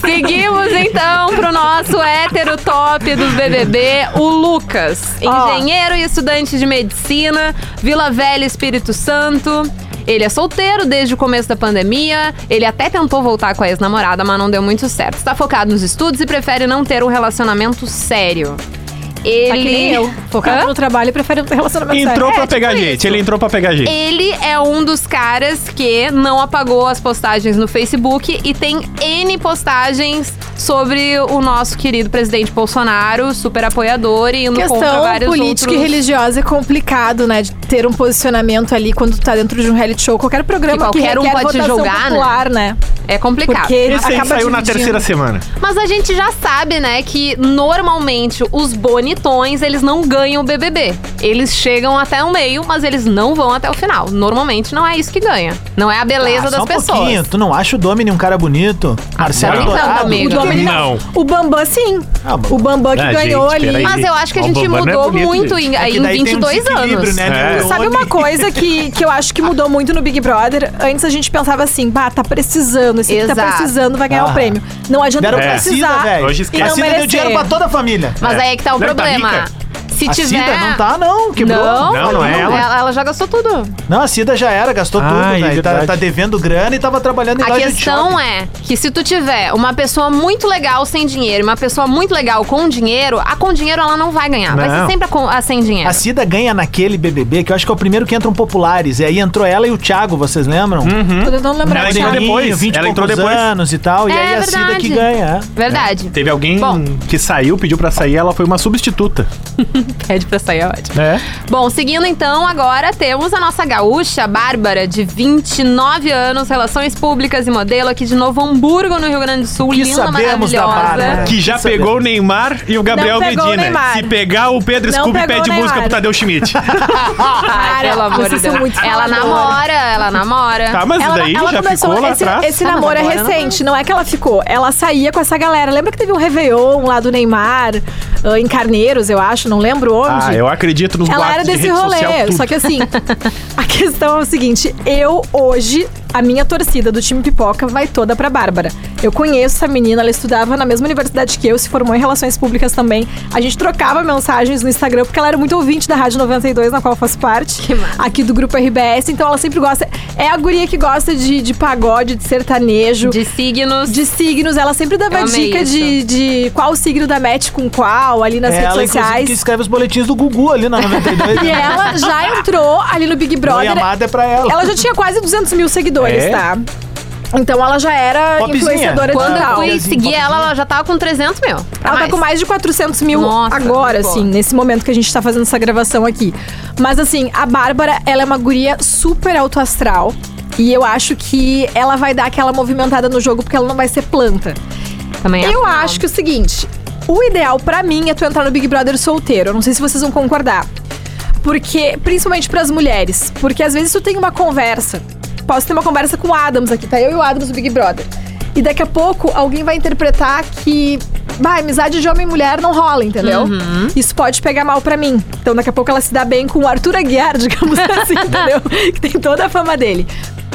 Speaker 3: Seguimos então pro nosso hétero top dos BBB, o Lucas,
Speaker 4: Ó.
Speaker 3: engenheiro e estudante de medicina, Vila Velha, Espírito Santo. Ele é solteiro desde o começo da pandemia. Ele até tentou voltar com a ex-namorada, mas não deu muito certo. Está focado nos estudos e prefere não ter um relacionamento sério. Ele.
Speaker 4: Tá que nem eu.
Speaker 3: Hã?
Speaker 4: Focado no trabalho e prefere um relacionamento
Speaker 5: Entrou
Speaker 4: sério.
Speaker 5: pra pegar gente, ele entrou pra pegar gente.
Speaker 3: Ele é um dos caras que não apagou as postagens no Facebook e tem N postagens sobre o nosso querido presidente Bolsonaro, super apoiador e indo contra
Speaker 4: É, questão
Speaker 3: vários
Speaker 4: política e
Speaker 3: outros...
Speaker 4: religiosa é complicado, né? De ter um posicionamento ali quando tu tá dentro de um reality show, qualquer programa
Speaker 3: Que qualquer
Speaker 4: que
Speaker 3: um
Speaker 4: requer
Speaker 3: pode te
Speaker 4: votação
Speaker 3: julgar, né?
Speaker 4: popular, né?
Speaker 3: É complicado.
Speaker 4: Porque
Speaker 5: Esse aí
Speaker 4: acaba
Speaker 5: saiu na
Speaker 4: dividindo.
Speaker 5: terceira semana.
Speaker 3: Mas a gente já sabe, né, que normalmente os bonitões, eles não ganham o BBB. Eles chegam até o meio, mas eles não vão até o final. Normalmente não é isso que ganha. Não é a beleza
Speaker 2: Ah,
Speaker 3: das
Speaker 2: só um
Speaker 3: pessoas.
Speaker 2: pouquinho. Tu não acha o Domini um cara bonito? Marcelo
Speaker 5: não.
Speaker 2: Dourado?
Speaker 3: Não, amigo.
Speaker 4: O Domini
Speaker 2: É
Speaker 5: Não.
Speaker 4: Ah, O Bambam, sim.
Speaker 2: Ah, bom.
Speaker 4: o Bambam que
Speaker 5: Ah, Ah,
Speaker 4: ganhou
Speaker 5: gente,
Speaker 4: ali.
Speaker 5: peraí.
Speaker 4: Mas
Speaker 3: Mas eu acho que a
Speaker 5: Ó, o
Speaker 3: gente
Speaker 5: Bambam não é
Speaker 3: mudou
Speaker 5: bonito,
Speaker 3: muito em,
Speaker 2: É que
Speaker 3: em
Speaker 2: daí tem um
Speaker 3: 22
Speaker 2: desequilíbrio,
Speaker 3: anos.
Speaker 2: Né?
Speaker 5: É.
Speaker 2: Neil
Speaker 5: Tu
Speaker 4: Sabe
Speaker 2: Young?
Speaker 4: uma coisa que, que eu acho que mudou muito no Big Brother? Antes a gente pensava assim, bah, tá precisando, esse aqui tá
Speaker 3: Exato.
Speaker 4: precisando, vai ganhar
Speaker 2: Ah.
Speaker 4: o prêmio. Não adianta
Speaker 2: Deram
Speaker 4: não
Speaker 5: É.
Speaker 2: pra Cida,
Speaker 4: precisar.
Speaker 2: velho.
Speaker 4: e
Speaker 5: Hoje esquece.
Speaker 2: A
Speaker 4: não
Speaker 2: Cida deu
Speaker 4: merecer.
Speaker 2: dinheiro pra toda a família.
Speaker 3: Mas
Speaker 5: É.
Speaker 3: aí é que tá o
Speaker 5: Não, tá
Speaker 3: problema.
Speaker 5: rica?
Speaker 3: Se
Speaker 2: a
Speaker 3: tiver.
Speaker 2: Cida não tá, não. Quebrou.
Speaker 3: Não,
Speaker 5: Não, não é ela.
Speaker 3: ela. já gastou tudo.
Speaker 2: Não, a Cida já era, gastou
Speaker 5: Ah, é
Speaker 2: tudo, velho. Tá,
Speaker 5: verdade.
Speaker 2: tá devendo grana e tava trabalhando em
Speaker 3: A
Speaker 2: loja de
Speaker 3: questão
Speaker 2: shopping.
Speaker 3: é que se tu tiver uma pessoa muito legal sem dinheiro e uma pessoa muito legal com dinheiro, a com dinheiro ela não vai ganhar. Vai ser
Speaker 5: Não.
Speaker 3: sempre a, com- a sem dinheiro.
Speaker 2: A Cida ganha naquele BBB, que eu acho que é o primeiro que entram populares. E aí entrou ela e o Thiago, vocês lembram?
Speaker 4: Tô tentando lembrar.
Speaker 5: Uhum. Ela
Speaker 4: de
Speaker 5: entrou
Speaker 4: nada.
Speaker 5: depois.
Speaker 2: ela
Speaker 5: Ela entrou depois.
Speaker 2: anos e tal. e
Speaker 3: É
Speaker 2: aí a Cida
Speaker 3: verdade.
Speaker 2: que ganha. é.
Speaker 3: Verdade.
Speaker 5: Teve alguém
Speaker 3: Bom.
Speaker 5: que saiu, pediu pra sair, ela foi uma substituta.
Speaker 3: Pede pra sair, é ótimo.
Speaker 5: É.
Speaker 3: Bom, seguindo então, agora temos a nossa gaúcha Bárbara, de 29 anos, Relações Públicas e Modelo, aqui de Novo Hamburgo, no Rio Grande do Sul.
Speaker 2: O que
Speaker 3: Linda,
Speaker 2: sabemos da
Speaker 3: maravilhosa.
Speaker 2: Bárbara?
Speaker 5: Que já
Speaker 2: Isso é
Speaker 5: pegou o Neymar e o Gabriel
Speaker 4: pegou o
Speaker 5: Medina.
Speaker 4: Neymar.
Speaker 5: Se pegar o Pedro
Speaker 4: Não
Speaker 5: Scooby,
Speaker 4: pegou
Speaker 5: pede
Speaker 4: o
Speaker 5: música
Speaker 4: Neymar.
Speaker 5: pro Tadeu Schmidt.
Speaker 3: Ai, pelo amor de
Speaker 4: vocês são
Speaker 3: Deus.
Speaker 4: muito
Speaker 3: Ela
Speaker 4: faladora.
Speaker 3: namora, ela namora.
Speaker 5: Tá, mas
Speaker 4: Ela,
Speaker 5: daí
Speaker 4: ela
Speaker 5: já
Speaker 4: começou
Speaker 5: ficou lá
Speaker 4: esse,
Speaker 5: atrás.
Speaker 4: esse
Speaker 3: Ah, mas
Speaker 4: namoro é
Speaker 3: agora não.
Speaker 4: recente, não é que ela ficou. Ela saía com essa galera. Lembra que teve um Réveillon lá do Neymar, ah, em Carneiros, eu acho, não lembro onde?
Speaker 5: Ah, eu acredito nos
Speaker 4: Ela
Speaker 5: boatos
Speaker 4: era
Speaker 5: de
Speaker 4: desse
Speaker 5: rede
Speaker 4: rolê,
Speaker 5: social, tudo.
Speaker 4: só que assim, a questão é o seguinte, eu hoje, a minha torcida do time Pipoca vai toda pra Bárbara. Eu conheço essa menina, ela estudava na mesma universidade que eu, se formou em Relações Públicas também. A gente trocava mensagens no Instagram, porque ela era muito ouvinte da Rádio 92, na qual eu faço parte, aqui do Grupo RBS, então ela sempre gosta, é a guria que gosta de, de pagode, de sertanejo,
Speaker 3: De signos.
Speaker 4: de signos, ela sempre
Speaker 3: Eu
Speaker 4: dava
Speaker 3: amei
Speaker 4: dica de, de qual signo da match com qual, ali nas
Speaker 2: É
Speaker 4: redes
Speaker 2: ela, inclusive,
Speaker 4: sociais.
Speaker 2: que escreve os boletins do Gugu ali na 92.
Speaker 4: E
Speaker 3: é,
Speaker 4: ela já entrou ali no Big
Speaker 2: Oi,
Speaker 4: Brother.
Speaker 2: amada é pra ela.
Speaker 4: Ela já tinha quase 200 mil seguidores,
Speaker 5: É?
Speaker 4: tá? Então ela já era
Speaker 2: Popzinha.
Speaker 4: influenciadora
Speaker 3: Quando eu
Speaker 4: digital.
Speaker 3: fui
Speaker 2: Popezinho,
Speaker 3: seguir
Speaker 2: popezinho.
Speaker 3: ela, ela já tava com 300 mil. pra
Speaker 4: Ela tá
Speaker 3: mais.
Speaker 4: com mais de 400 mil
Speaker 3: Nossa,
Speaker 4: agora,
Speaker 3: muito
Speaker 4: assim,
Speaker 3: boa.
Speaker 4: nesse momento que a gente tá fazendo essa gravação aqui. Mas assim, a Bárbara, ela é uma guria super autoastral. E eu acho que ela vai dar aquela movimentada no jogo porque ela não vai ser planta.
Speaker 3: também.
Speaker 4: Eu
Speaker 3: não.
Speaker 4: acho que é o seguinte: o ideal pra mim é tu entrar no Big Brother solteiro. Eu não sei se vocês vão concordar. Porque, principalmente pras mulheres, porque às vezes tu tem uma conversa. Posso ter uma conversa com o Adams aqui, tá? Eu e o Adams do Big Brother. E daqui a pouco alguém vai interpretar que. Bah, amizade de homem e mulher não rola, entendeu?
Speaker 5: Uhum.
Speaker 4: Isso pode pegar mal pra mim. Então daqui a pouco ela se dá bem com o Arthur Aguiar, digamos assim, entendeu? Que tem toda a fama dele.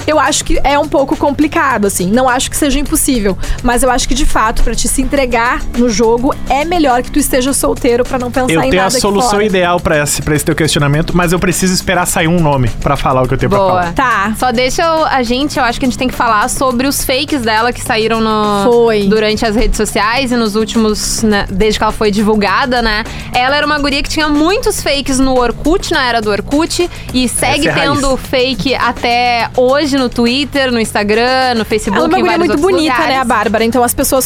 Speaker 4: Eu acho que é um pouco complicado, assim. Não acho que seja impossível, mas eu acho que de fato pra te se entregar no jogo é melhor que tu esteja solteiro pra não pensar
Speaker 5: Eu
Speaker 4: em
Speaker 5: tenho
Speaker 4: nada
Speaker 5: a
Speaker 4: aqui
Speaker 5: solução
Speaker 4: fora.
Speaker 5: ideal pra esse, pra esse teu questionamento, mas eu preciso esperar sair um nome pra falar o que eu tenho pra
Speaker 3: Boa.
Speaker 5: falar.
Speaker 4: Tá.
Speaker 3: Só deixa eu- a gente, eu acho que a gente tem que falar sobre os fakes dela que saíram no
Speaker 4: Foi.
Speaker 3: durante as redes sociais e nos últimos, né, desde que ela foi divulgada, né? Ela era uma guria que tinha muitos fakes no Orkut, na era do Orkut, e segue
Speaker 5: Essa é a raiz.
Speaker 3: tendo fake até hoje no Twitter, no Instagram, no Facebook,
Speaker 4: Ela é uma
Speaker 3: em
Speaker 4: guria
Speaker 3: vários
Speaker 4: muito
Speaker 3: outros
Speaker 4: bonita,
Speaker 3: lugares.
Speaker 4: né, a Bárbara? Então as pessoas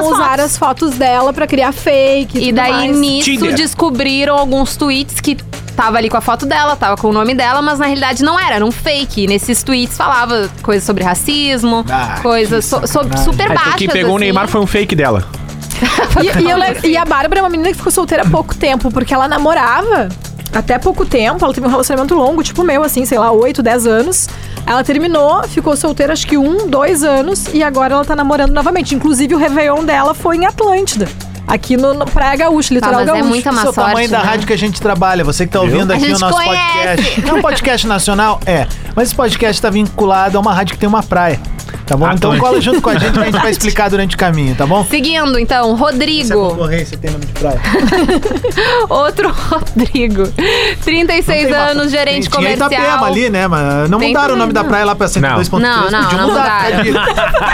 Speaker 3: Pegavam as
Speaker 4: usar
Speaker 3: fotos.
Speaker 4: as fotos dela pra criar fake.
Speaker 3: E
Speaker 4: tudo
Speaker 3: daí
Speaker 4: mais.
Speaker 3: nisso
Speaker 5: Tinder.
Speaker 3: descobriram alguns tweets que tava ali com a foto dela, tava com o nome dela, mas na realidade não era, era um fake. E nesses tweets falava coisas sobre racismo,
Speaker 2: Ah,
Speaker 3: coisas
Speaker 2: que
Speaker 3: so- so-
Speaker 2: sacanagem.
Speaker 3: super baixas.
Speaker 5: Então quem pegou o
Speaker 3: assim.
Speaker 5: Neymar foi um fake dela.
Speaker 4: E, e eu lembro- e a Bárbara é uma menina que ficou solteira há pouco tempo, porque ela namorava até pouco tempo. Ela teve um relacionamento longo, tipo o meu, assim, sei lá, 8, 10 anos. Ela terminou, ficou solteira acho que um, dois anos, e agora ela tá namorando novamente. Inclusive, o Réveillon dela foi em Atlântida. Aqui no, no Praia Gaúcha,
Speaker 3: Tá,
Speaker 4: litoral
Speaker 3: mas
Speaker 4: gaúcho.
Speaker 3: é muita má
Speaker 2: Esse é o
Speaker 3: sorte.
Speaker 2: tamanho da
Speaker 3: né?
Speaker 2: rádio que a gente trabalha. Você que tá ouvindo
Speaker 3: A
Speaker 2: aqui o
Speaker 3: gente
Speaker 2: nosso
Speaker 3: conhece.
Speaker 2: podcast. Não é um podcast nacional? É. Mas esse podcast tá vinculado a uma rádio que tem uma praia. Tá bom? Então
Speaker 5: Atlântico.
Speaker 2: cola junto com a gente que a gente vai explicar durante o caminho, tá bom?
Speaker 3: Seguindo, então,
Speaker 5: é
Speaker 2: Se a
Speaker 3: Rodrigo.
Speaker 2: concorrência tem nome de praia.
Speaker 3: Outro Rodrigo. 36 anos, gerente
Speaker 2: Tinha
Speaker 5: tá
Speaker 3: comercial.
Speaker 2: Itapema ali, né? Mas não
Speaker 3: Tem
Speaker 2: mudaram o
Speaker 3: também,
Speaker 2: nome da
Speaker 3: não.
Speaker 2: praia lá pra 102.3.
Speaker 3: Não, não,
Speaker 2: Podiam
Speaker 3: não
Speaker 2: mudar.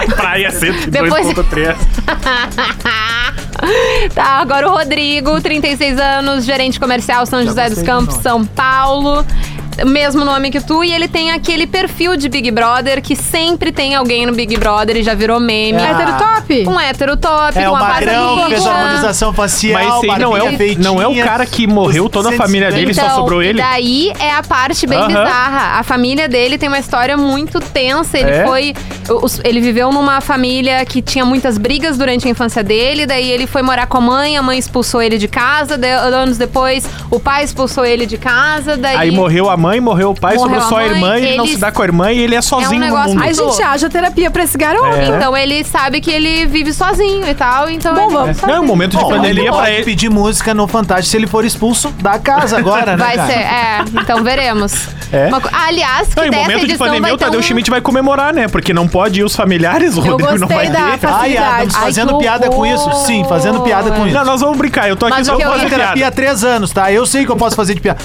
Speaker 2: tá
Speaker 5: Praia 102.3.
Speaker 3: Depois- tá, agora o Rodrigo, 36 anos, gerente comercial São José dos
Speaker 2: gostei do
Speaker 3: Campos,
Speaker 2: nome.
Speaker 3: São Paulo. Mesmo nome que tu, e ele tem aquele perfil de Big Brother que sempre tem alguém no Big Brother e já virou meme.
Speaker 2: É.
Speaker 4: Hétero top?
Speaker 3: Um hétero top,
Speaker 2: É
Speaker 3: com
Speaker 2: o
Speaker 3: uma
Speaker 2: magrão, fez a
Speaker 3: barriguinha.
Speaker 2: harmonização facial.
Speaker 5: Mas esse aí não é,
Speaker 2: barbinha
Speaker 5: o, não é o
Speaker 2: feitinha,
Speaker 5: cara que morreu, toda a família dele só
Speaker 3: Então,
Speaker 5: sobrou
Speaker 3: e
Speaker 5: ele.
Speaker 3: daí é a parte bem
Speaker 5: Aham.
Speaker 3: bizarra. A família dele tem uma história muito tensa. Ele
Speaker 5: É?
Speaker 3: foi. os- Ele viveu numa família que tinha muitas brigas durante a infância dele. Daí ele foi morar com a mãe, a mãe expulsou ele de casa. de- anos depois, o pai expulsou ele de casa. Daí.
Speaker 5: Aí morreu a mãe, morreu o pai,
Speaker 3: Morreu
Speaker 5: sobrou só
Speaker 3: a
Speaker 5: a
Speaker 3: mãe,
Speaker 5: irmã, ele não
Speaker 3: eles- um
Speaker 5: se dá com a irmã e ele é sozinho no
Speaker 3: negócio
Speaker 5: mundo.
Speaker 4: Ai,
Speaker 3: Mudou.
Speaker 4: gente, haja terapia pra esse garoto.
Speaker 5: É.
Speaker 3: Então ele sabe que ele vive sozinho e tal. Então
Speaker 4: Bom,
Speaker 3: ele-
Speaker 4: vamos
Speaker 5: Não, é um momento de
Speaker 2: Bom, ele
Speaker 5: pandemia pra
Speaker 2: pode
Speaker 5: ele.
Speaker 2: pedir música no Fantástico se ele for expulso da casa agora, né?
Speaker 3: Vai
Speaker 2: cara?
Speaker 3: ser, é. Então veremos.
Speaker 5: É?
Speaker 3: Uma co- Ah, aliás, que
Speaker 5: Não, em
Speaker 3: dessa
Speaker 5: momento de
Speaker 3: edição vai
Speaker 5: pandemia, o
Speaker 3: ter
Speaker 5: Tadeu
Speaker 3: um-
Speaker 5: Schmidt vai comemorar, né? Porque não pode ir os familiares, o Rodrigo não vai
Speaker 4: gostei da
Speaker 5: ter.
Speaker 2: Ai,
Speaker 4: facilidade.
Speaker 2: Adams,
Speaker 3: Ai,
Speaker 2: fazendo
Speaker 3: que
Speaker 2: piada com isso?
Speaker 3: horror.
Speaker 2: Sim, fazendo piada com isso.
Speaker 5: Não, nós vamos brincar, eu tô aqui
Speaker 3: Mas
Speaker 5: só
Speaker 3: o que
Speaker 5: pra
Speaker 3: eu
Speaker 5: fazer
Speaker 3: ia-
Speaker 2: terapia há
Speaker 5: piada.
Speaker 2: três anos, tá? Eu sei que eu posso fazer de piada.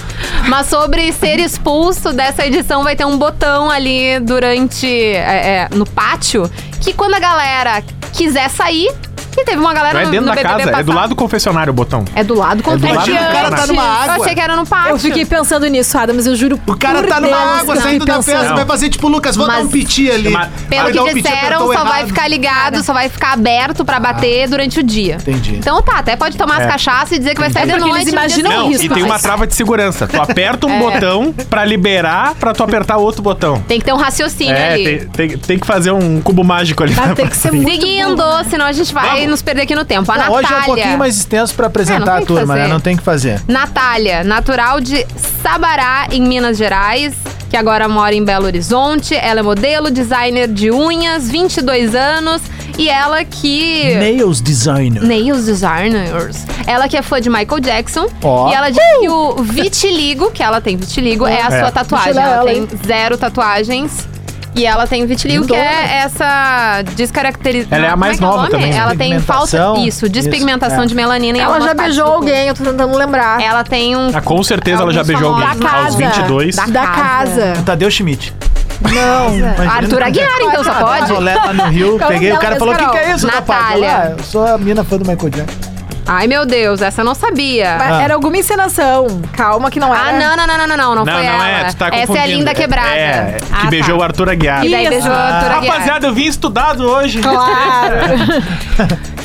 Speaker 3: Mas sobre ser expulso dessa edição, vai ter um botão ali durante. é, é, no pátio, que quando a galera quiser sair, que teve uma galera
Speaker 5: Não é
Speaker 3: Tá no,
Speaker 5: dentro
Speaker 3: no
Speaker 5: da
Speaker 3: BBB
Speaker 5: casa, é do
Speaker 3: passado.
Speaker 5: lado do confessionário o botão.
Speaker 3: É do lado contrário.
Speaker 5: lado
Speaker 2: Imagina,
Speaker 5: do
Speaker 2: o cara tá
Speaker 5: antes.
Speaker 2: numa
Speaker 3: Eu
Speaker 2: água.
Speaker 3: achei que era no pátio.
Speaker 4: Eu fiquei pensando nisso, Adams, eu juro.
Speaker 2: O cara tá numa água saindo da festa,
Speaker 5: Não.
Speaker 2: vai fazer tipo Lucas, vou dar um
Speaker 3: Mas-
Speaker 2: piti ali.
Speaker 5: Mas-
Speaker 3: Pelo
Speaker 2: Vai dar um
Speaker 3: que
Speaker 2: piti,
Speaker 3: disseram,
Speaker 2: apertou
Speaker 3: só vai
Speaker 2: errado.
Speaker 3: ficar ligado, só vai ficar aberto pra bater durante o dia.
Speaker 2: Entendi.
Speaker 3: Então tá, até pode tomar as
Speaker 5: É.
Speaker 3: cachaças e dizer que vai sair
Speaker 4: É
Speaker 3: de
Speaker 4: porque
Speaker 3: noite.
Speaker 4: eles imaginam
Speaker 3: no dia
Speaker 5: Não,
Speaker 4: isso,
Speaker 5: e tem
Speaker 4: mas-
Speaker 5: uma trava de segurança. Tu aperta
Speaker 3: É.
Speaker 5: um botão pra liberar, pra tu apertar outro botão.
Speaker 3: Tem que ter um raciocínio
Speaker 5: É,
Speaker 3: ali.
Speaker 5: tem, tem- tem que fazer um cubo mágico ali.
Speaker 4: Vai ter um que ser muito
Speaker 3: Seguindo, senão a gente vai nos perder aqui no tempo. A
Speaker 2: Não,
Speaker 3: Natália.
Speaker 2: Hoje é um pouquinho mais extenso pra
Speaker 3: É,
Speaker 2: apresentar
Speaker 3: não tem
Speaker 2: a
Speaker 3: que
Speaker 2: turma,
Speaker 3: fazer.
Speaker 2: né? Não tem o que fazer.
Speaker 3: Natália, natural de Sabará, em Minas Gerais, que agora mora em Belo Horizonte. Ela é modelo, designer de unhas, 22 anos. E ela que...
Speaker 2: Nails designer.
Speaker 3: Nails Designers. Ela que é fã de Michael Jackson.
Speaker 2: Ó.
Speaker 3: E ela diz que o vitiligo, que ela tem vitiligo, é a
Speaker 5: É.
Speaker 3: sua tatuagem.
Speaker 4: Vitiligo
Speaker 3: Ela,
Speaker 4: ela,
Speaker 3: tem
Speaker 4: hein?
Speaker 3: zero tatuagens. E ela tem vitiligo, que é essa descaracterização.
Speaker 5: Ela é a mais nova também, né?
Speaker 3: Ela tem falta.
Speaker 2: Despigmentação.
Speaker 3: Isso,
Speaker 2: Isso,
Speaker 3: despigmentação
Speaker 2: é.
Speaker 3: de melanina em
Speaker 4: Ela
Speaker 3: algumas
Speaker 4: já
Speaker 3: partes
Speaker 4: beijou
Speaker 3: do corpo.
Speaker 4: alguém, eu tô tentando lembrar.
Speaker 3: Ela tem um
Speaker 5: Ah, com certeza ela já
Speaker 3: Alguns
Speaker 5: beijou alguém
Speaker 3: famosos. Da
Speaker 5: aos
Speaker 4: casa.
Speaker 5: 22.
Speaker 3: Da-
Speaker 4: Da
Speaker 3: casa.
Speaker 4: casa.
Speaker 2: É Tadeu Schmidt.
Speaker 3: Não. Arthur Aguiar, então só pode?
Speaker 2: Rolê lá no Rio,
Speaker 4: Qual é o
Speaker 2: peguei, o
Speaker 4: nome
Speaker 2: cara
Speaker 4: dela
Speaker 2: falou, o que,
Speaker 4: mesmo,
Speaker 2: que é
Speaker 3: Carol?
Speaker 2: isso, rapaz? Eu
Speaker 3: Natália.
Speaker 2: falei, "Ah, Eu sou a mina fã do Michael Jackson.
Speaker 3: Ai, meu Deus, essa eu não sabia.
Speaker 4: Mas Era alguma encenação. Calma que não era.
Speaker 3: Ah, não, não, não, não, não, não, não foi ela.
Speaker 5: tu tá
Speaker 3: essa é a
Speaker 5: confundindo.
Speaker 3: linda quebrada.
Speaker 5: É, que
Speaker 3: Ah, tá.
Speaker 5: beijou o Arthur Aguiar.
Speaker 3: E daí beijou a Arthur Aguiar.
Speaker 5: Rapaziada, eu vim estudado hoje.
Speaker 4: Claro.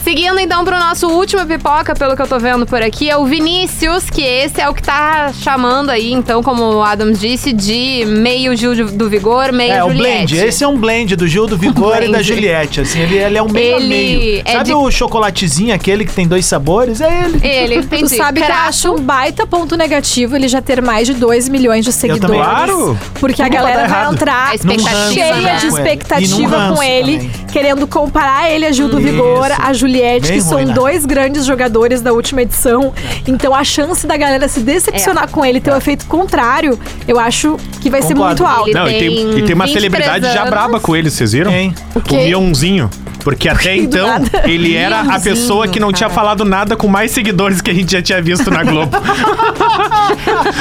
Speaker 3: Seguindo então pro nosso último pipoca, pelo que eu tô vendo por aqui, é o Vinícius, que esse é o que tá chamando aí, então, como o Adams disse, de meio Gil de- do Vigor, meio
Speaker 2: É, o
Speaker 3: Juliette.
Speaker 2: blend. Esse é um blend do Gil do Vigor e da
Speaker 3: blend.
Speaker 2: Juliette. Assim, ele, ele é um meio a
Speaker 3: Ele
Speaker 2: meio.
Speaker 3: é
Speaker 2: Sabe
Speaker 3: de-
Speaker 2: o chocolatezinho, aquele que tem dois sabores? É ele.
Speaker 3: Ele, entendi.
Speaker 4: Tu sabe que eu
Speaker 3: Crack.
Speaker 4: acho um baita ponto negativo ele já ter mais de 2 milhões de
Speaker 2: também
Speaker 4: seguidores.
Speaker 2: acho.
Speaker 5: Claro.
Speaker 4: Porque a
Speaker 2: Não pode
Speaker 4: galera
Speaker 2: dar
Speaker 4: vai
Speaker 2: tá errado.
Speaker 4: entrar
Speaker 3: A expectativa,
Speaker 4: cheia
Speaker 3: né?
Speaker 2: Com ele.
Speaker 4: de
Speaker 2: E num
Speaker 4: expectativa
Speaker 2: ranço
Speaker 4: com ele,
Speaker 2: também.
Speaker 4: querendo comparar ele a Gil do
Speaker 2: Isso.
Speaker 4: Vigor, a Juliette,
Speaker 2: Bem
Speaker 4: que são
Speaker 2: ruim, né?
Speaker 4: dois grandes jogadores da última edição. Então a chance da galera se decepcionar com ele ter o efeito contrário, eu acho que vai ser
Speaker 2: É. Concordo.
Speaker 4: muito alto.
Speaker 3: Ele
Speaker 5: Não, e tem,
Speaker 3: tem
Speaker 5: e tem uma
Speaker 3: 23
Speaker 5: celebridade já
Speaker 3: anos.
Speaker 5: braba com ele, vocês viram?
Speaker 2: Quem?
Speaker 4: O
Speaker 5: O,
Speaker 4: quê?
Speaker 5: Mionzinho. Porque até
Speaker 4: Do
Speaker 5: então,
Speaker 4: nada.
Speaker 5: ele era a pessoa que não tinha
Speaker 3: cara.
Speaker 5: falado nada com mais seguidores que a gente já tinha visto na Globo.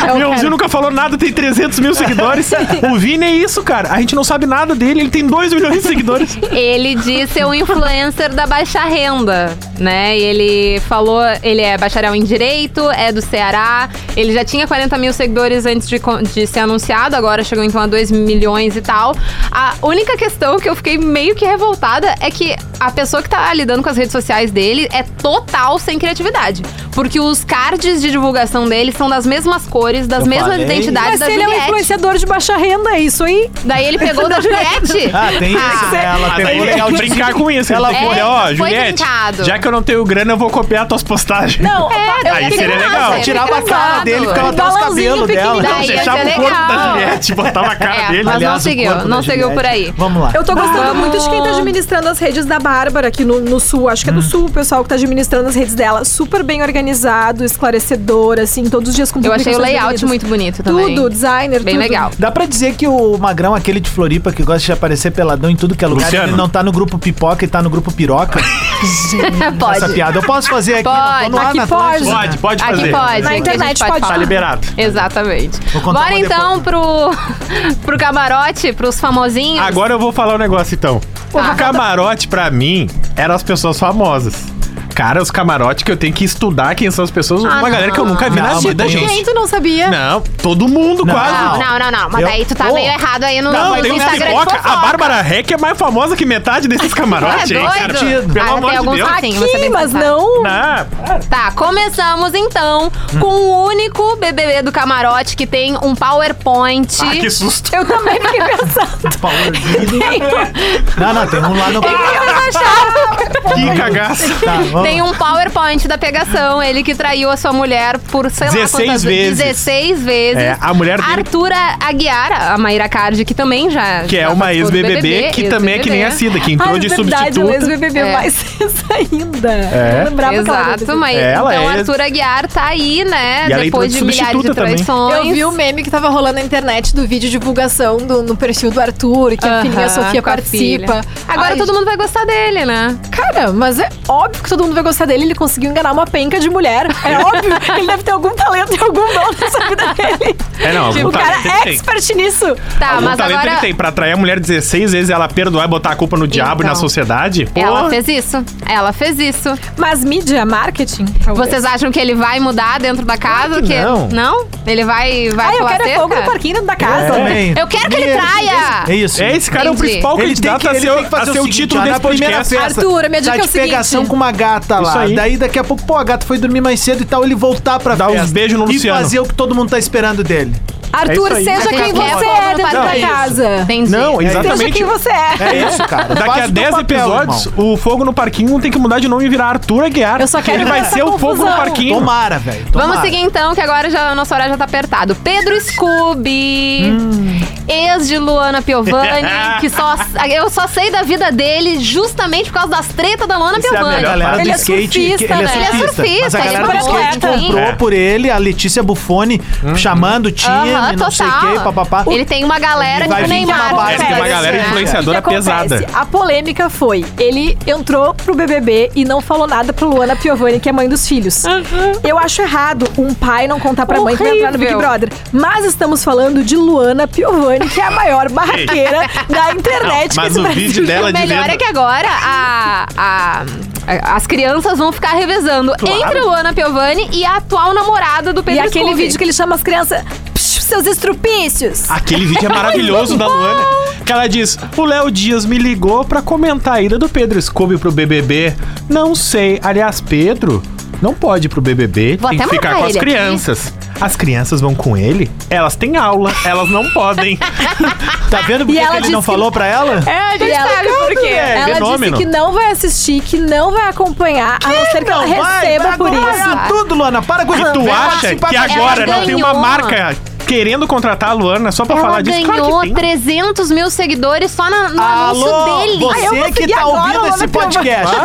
Speaker 4: É o
Speaker 5: Mionzinho
Speaker 4: cara.
Speaker 5: nunca falou nada, tem 300 mil seguidores. o Vini é isso, cara. A gente não sabe nada dele, ele tem 2 milhões de seguidores.
Speaker 3: Ele diz ser um influencer da baixa renda, né? E ele falou, ele é bacharel em Direito, é do Ceará, ele já tinha 40 mil seguidores antes de, con- de ser anunciado, agora chegou então a 2 milhões e tal. A única questão que eu fiquei meio que revoltada é que a pessoa que tá lidando com as redes sociais dele é total sem criatividade. Porque os cards de divulgação dele são das mesmas cores, das
Speaker 2: Eu
Speaker 3: mesmas
Speaker 2: falei.
Speaker 3: identidades
Speaker 4: Mas
Speaker 3: tá da
Speaker 4: se ele é um
Speaker 3: Juliette.
Speaker 4: influenciador de baixa renda, é isso aí.
Speaker 3: Daí ele pegou da Juliette.
Speaker 2: Ah, tem isso, né? Ela
Speaker 5: Mas aí
Speaker 2: pegou
Speaker 5: ele
Speaker 2: legal
Speaker 5: tem
Speaker 2: de
Speaker 5: que brincar com isso.
Speaker 2: Ela
Speaker 5: Ela falou,
Speaker 3: foi-
Speaker 5: ó,
Speaker 3: foi
Speaker 5: Juliette,
Speaker 3: brincado.
Speaker 5: já que eu não tenho grana, eu vou copiar tuas postagens.
Speaker 4: Não,
Speaker 3: É,
Speaker 4: eu
Speaker 5: Aí
Speaker 4: fiquei
Speaker 5: seria
Speaker 4: com
Speaker 5: legal.
Speaker 4: raiva, eu fiquei
Speaker 2: Tirava a
Speaker 4: com
Speaker 2: cara
Speaker 4: raiva.
Speaker 2: dele, ficava até os
Speaker 4: Balãozinho
Speaker 2: cabelos dela.
Speaker 4: pequenininho.
Speaker 5: Não,
Speaker 3: Daí ia
Speaker 5: fechava
Speaker 3: ser
Speaker 5: o corpo
Speaker 3: legal.
Speaker 5: da Juliette, botava a cara
Speaker 3: É,
Speaker 5: dele.
Speaker 3: mas
Speaker 2: Aliás,
Speaker 3: não
Speaker 2: o
Speaker 3: seguiu,
Speaker 2: corpo
Speaker 3: não
Speaker 2: da
Speaker 3: seguiu
Speaker 2: Juliette.
Speaker 3: por aí.
Speaker 2: Vamos lá.
Speaker 4: Eu tô gostando
Speaker 3: Vamos.
Speaker 4: muito de quem tá administrando as redes da Bárbara aqui no, no Sul. Acho que é do Sul o pessoal que tá administrando as redes dela. Super bem organizado, esclarecedor, assim, todos os dias com
Speaker 3: Eu achei o
Speaker 4: publicações
Speaker 3: layout
Speaker 4: bonitas.
Speaker 3: muito bonito também.
Speaker 4: Tudo, designer,
Speaker 3: Bem
Speaker 4: tudo.
Speaker 3: legal.
Speaker 2: Dá pra dizer que o Magrão, aquele de Floripa que gosta de aparecer peladão em tudo que é lugar,
Speaker 5: Luciano.
Speaker 2: ele não tá no grupo pipoca e tá no grupo piroca?
Speaker 3: Pode.
Speaker 2: Essa piada. Eu posso fazer aqui? não
Speaker 3: Pode.
Speaker 2: tô no ar
Speaker 4: Aqui
Speaker 2: na Atlântida,
Speaker 4: pode.
Speaker 5: Pode,
Speaker 2: né?
Speaker 5: pode
Speaker 3: Aqui
Speaker 5: fazer.
Speaker 3: pode.
Speaker 4: Na
Speaker 3: aqui a
Speaker 4: internet
Speaker 3: gente
Speaker 4: pode
Speaker 5: Tá
Speaker 3: falar.
Speaker 5: liberado.
Speaker 3: Exatamente.
Speaker 2: contar
Speaker 3: Bora
Speaker 2: uma depois.
Speaker 3: então pro, pro camarote, pros famosinhos.
Speaker 5: Agora eu vou falar um negócio então.
Speaker 3: Tá.
Speaker 5: O camarote pra mim eram as pessoas famosas. Cara, os camarotes que eu tenho que estudar quem são as pessoas,
Speaker 3: Ah,
Speaker 5: uma galera que eu nunca vi na
Speaker 2: Não,
Speaker 5: vida,
Speaker 2: mas tem
Speaker 5: gente.
Speaker 4: Quem tu não sabia?
Speaker 5: Não, todo mundo
Speaker 2: Não.
Speaker 3: Não,
Speaker 5: quase.
Speaker 3: Ah, não, não, não. Mas
Speaker 2: Eu-
Speaker 3: daí tu tá
Speaker 2: Pô.
Speaker 3: meio errado aí no,
Speaker 5: Não,
Speaker 3: no
Speaker 5: tem um
Speaker 3: Instagram de
Speaker 5: pipoca.
Speaker 3: fofoca.
Speaker 5: A Bárbara Reck é mais famosa que metade desses camarotes,
Speaker 3: é
Speaker 5: hein, cara.
Speaker 3: doido?
Speaker 5: Pelo
Speaker 3: Ah,
Speaker 5: amor
Speaker 3: tem
Speaker 5: de
Speaker 3: alguns
Speaker 5: Deus.
Speaker 3: assim, você
Speaker 4: Sim,
Speaker 3: bem
Speaker 4: mas
Speaker 3: pensado.
Speaker 4: não.
Speaker 5: Não, Ah, para.
Speaker 3: Tá, começamos então
Speaker 5: Hum.
Speaker 3: com o único BBB do camarote que tem um PowerPoint.
Speaker 5: Ah, que susto.
Speaker 4: Eu também fiquei pensando.
Speaker 2: Um pauzinho. Não, não, tem um lá no.
Speaker 4: Eles acharam.
Speaker 5: Que cagaço.
Speaker 2: Tá, vamos
Speaker 3: Tem um PowerPoint da pegação, ele que traiu a sua mulher por, sei
Speaker 5: 16
Speaker 3: lá quantas
Speaker 5: vezes.
Speaker 3: 16 vezes.
Speaker 5: É, a mulher dele-
Speaker 3: Artura Aguiar, a Mayra Cardi, que também já.
Speaker 5: Que é
Speaker 3: já
Speaker 5: uma
Speaker 3: participou do
Speaker 5: ex-BBB que também é que nem a
Speaker 3: ex-BBB.
Speaker 5: Cida, que entrou
Speaker 4: Ai,
Speaker 5: de
Speaker 4: Ah, verdade, o
Speaker 5: substituta.
Speaker 4: ex-BBB
Speaker 3: É.
Speaker 4: mais essa ainda. Eu lembrava que ela era
Speaker 3: Exato,
Speaker 4: BBB.
Speaker 3: mas
Speaker 5: Ela
Speaker 3: então
Speaker 5: é-
Speaker 3: Arthur Aguiar tá aí, né?
Speaker 5: E ela entrou
Speaker 3: depois
Speaker 5: de
Speaker 3: de milhares de
Speaker 5: substituta também.
Speaker 3: traições.
Speaker 4: Eu vi o meme que tava rolando na internet do vídeo de divulgação do, no perfil do Arthur, que a filhinha
Speaker 3: Aham,
Speaker 4: Sofia
Speaker 3: com a
Speaker 4: participa.
Speaker 3: filha. Agora
Speaker 4: Ai,
Speaker 3: todo mundo vai gostar dele, né?
Speaker 4: Cara, mas é óbvio que todo mundo vai gostar dele. Ele conseguiu enganar uma penca de mulher. É óbvio. Ele deve ter algum talento e algum dom nessa vida dele.
Speaker 5: É, não, algum
Speaker 4: o cara
Speaker 5: talento ele
Speaker 4: é
Speaker 5: tem.
Speaker 4: expert nisso.
Speaker 3: Tá,
Speaker 5: Algum
Speaker 3: mas
Speaker 5: talento ele
Speaker 3: agora.
Speaker 5: tem pra atrair a mulher 16 vezes, ela perdoar e botar a culpa no diabo e na
Speaker 3: Então.
Speaker 5: sociedade. Pô,
Speaker 3: Ela fez isso. Ela fez isso.
Speaker 4: Mas mídia, marketing. talvez.
Speaker 3: Vocês acham que ele vai mudar dentro da casa?
Speaker 5: que não.
Speaker 3: não? Ele vai. vai
Speaker 4: Ah, eu
Speaker 3: pular
Speaker 4: quero é
Speaker 3: cerca?
Speaker 4: fogo no parquinho da casa.
Speaker 2: também.
Speaker 3: Eu quero que ele traia!
Speaker 2: É isso.
Speaker 5: É, esse cara é o
Speaker 3: Entendi.
Speaker 5: principal
Speaker 2: Ele tem
Speaker 5: candidato
Speaker 2: que,
Speaker 5: a
Speaker 2: ele
Speaker 5: ser,
Speaker 2: tem que
Speaker 5: o-
Speaker 2: fazer
Speaker 5: a ser
Speaker 2: o
Speaker 5: o
Speaker 2: seguinte,
Speaker 5: título
Speaker 2: ó, na
Speaker 5: desse
Speaker 2: primeira
Speaker 5: podcast.
Speaker 2: festa.
Speaker 4: Arthur, a minha
Speaker 2: tá
Speaker 4: dica é
Speaker 2: de
Speaker 4: o seguinte.
Speaker 2: pegação com uma gata
Speaker 5: Isso
Speaker 2: lá.
Speaker 5: aí.
Speaker 2: Daí daqui a pouco, pô, a gata foi dormir mais cedo e tal, ele voltar pra
Speaker 5: Dá uns
Speaker 2: festa.
Speaker 5: beijos no Luciano.
Speaker 2: E fazer o que todo mundo tá esperando dele.
Speaker 4: Arthur,
Speaker 5: É isso
Speaker 4: seja
Speaker 5: aí.
Speaker 3: Mas tá
Speaker 4: quem
Speaker 3: tem que
Speaker 4: você
Speaker 3: fogo
Speaker 4: é
Speaker 3: no
Speaker 4: dentro da
Speaker 3: parquinho.
Speaker 4: casa.
Speaker 3: Entendi.
Speaker 5: Não,
Speaker 4: Seja
Speaker 5: exatamente.
Speaker 4: quem você é.
Speaker 2: É isso, cara.
Speaker 5: Daqui
Speaker 2: Faz
Speaker 5: a
Speaker 2: o teu
Speaker 5: 10
Speaker 2: papel,
Speaker 5: episódios,
Speaker 2: irmão.
Speaker 5: o Fogo no Parquinho tem que mudar de nome e virar Arthur Aguiar.
Speaker 4: Eu só quero
Speaker 5: Ele
Speaker 4: ver
Speaker 5: vai
Speaker 4: essa
Speaker 5: ser o Fogo no
Speaker 4: confusão.
Speaker 5: Parquinho.
Speaker 2: Tomara, velho.
Speaker 3: Vamos
Speaker 2: tomara.
Speaker 3: seguir então, que agora já, a nossa hora já tá apertado. Pedro Scooby,
Speaker 2: Hum.
Speaker 3: ex de Luana Piovani, que só eu só sei da vida dele justamente por causa das tretas da Luana
Speaker 5: Isso é a
Speaker 3: Piovani.
Speaker 2: A
Speaker 5: melhor
Speaker 2: galera
Speaker 5: Ele
Speaker 2: do
Speaker 4: é
Speaker 2: skate.
Speaker 4: surfista,
Speaker 2: que- ele, é
Speaker 4: né? Ele é
Speaker 2: surfista,
Speaker 3: surfista,
Speaker 2: Mas a
Speaker 3: ele
Speaker 2: galera do
Speaker 4: é
Speaker 2: skate
Speaker 4: atleta.
Speaker 2: comprou
Speaker 5: É. Uhum.
Speaker 2: por ele, a Letícia Buffoni chamando o time,
Speaker 3: Aham,
Speaker 2: não sei o
Speaker 3: total.
Speaker 2: que, papapá.
Speaker 3: Ele tem uma galera
Speaker 2: Ele
Speaker 3: tipo
Speaker 2: vai
Speaker 3: o
Speaker 2: vir de uma
Speaker 3: Neymar.
Speaker 2: base,
Speaker 5: É, tem uma
Speaker 2: Acontece,
Speaker 5: galera
Speaker 2: né?
Speaker 5: influenciadora
Speaker 4: O que acontece?
Speaker 5: pesada.
Speaker 4: A polêmica foi, ele entrou pro BBB e não falou nada pro Luana Piovani, que é mãe dos filhos. Eu acho errado um pai não contar pra mãe que vai entrar no Big
Speaker 3: Horrível.
Speaker 4: Brother. Mas estamos falando de Luana Piovani, que é a maior barraqueira da internet.
Speaker 5: Não,
Speaker 4: que
Speaker 5: mas
Speaker 4: esse
Speaker 5: o
Speaker 4: Brasil
Speaker 5: vídeo dela
Speaker 3: o
Speaker 5: de
Speaker 3: melhor
Speaker 5: lenda.
Speaker 3: é que agora a, a- a- as crianças vão ficar revezando entre Luana Piovani e a atual namorada do
Speaker 4: E
Speaker 3: Pedro
Speaker 4: aquele
Speaker 3: Scooby.
Speaker 5: Ah,
Speaker 4: vídeo que ele chama as crianças... "Psh, Seus estrupícios!
Speaker 5: Aquele vídeo é maravilhoso da Luana. Que ela diz: O Léo Dias me ligou pra comentar a ida do Pedro Scooby pro BBB. Não sei. Aliás, Pedro não pode ir pro BBB.
Speaker 6: Vou
Speaker 5: tem que
Speaker 6: até
Speaker 5: ficar
Speaker 6: marcar
Speaker 5: com as
Speaker 6: ele aqui.
Speaker 5: crianças. As crianças vão com ele, elas têm aula, elas não podem.
Speaker 2: Tá vendo porque
Speaker 4: E ela
Speaker 2: ele não
Speaker 4: disse-
Speaker 2: falou pra ela?
Speaker 4: É, a gente
Speaker 3: E ela-
Speaker 4: sabe por quê.
Speaker 5: É,
Speaker 4: ela
Speaker 5: fenômeno.
Speaker 4: disse que não vai assistir, que não vai acompanhar, a não ser que ela receba
Speaker 2: vai,
Speaker 4: por
Speaker 2: vai,
Speaker 4: isso.
Speaker 2: vai, tudo, Luana. Para com
Speaker 5: E
Speaker 2: essa
Speaker 5: tu
Speaker 2: novela,
Speaker 5: acha
Speaker 2: participar
Speaker 5: que
Speaker 2: da-
Speaker 5: agora
Speaker 6: Ela
Speaker 5: não tem uma
Speaker 6: ganhou.
Speaker 5: marca querendo contratar a Luana só pra
Speaker 6: Ela
Speaker 5: falar disso? Claro que
Speaker 6: ganhou
Speaker 5: tem.
Speaker 6: 300 mil seguidores só na- no
Speaker 2: Alô,
Speaker 6: anúncio dele.
Speaker 2: você que tá
Speaker 4: agora,
Speaker 2: ouvindo
Speaker 4: Luana,
Speaker 2: esse
Speaker 4: Piovani.
Speaker 2: podcast.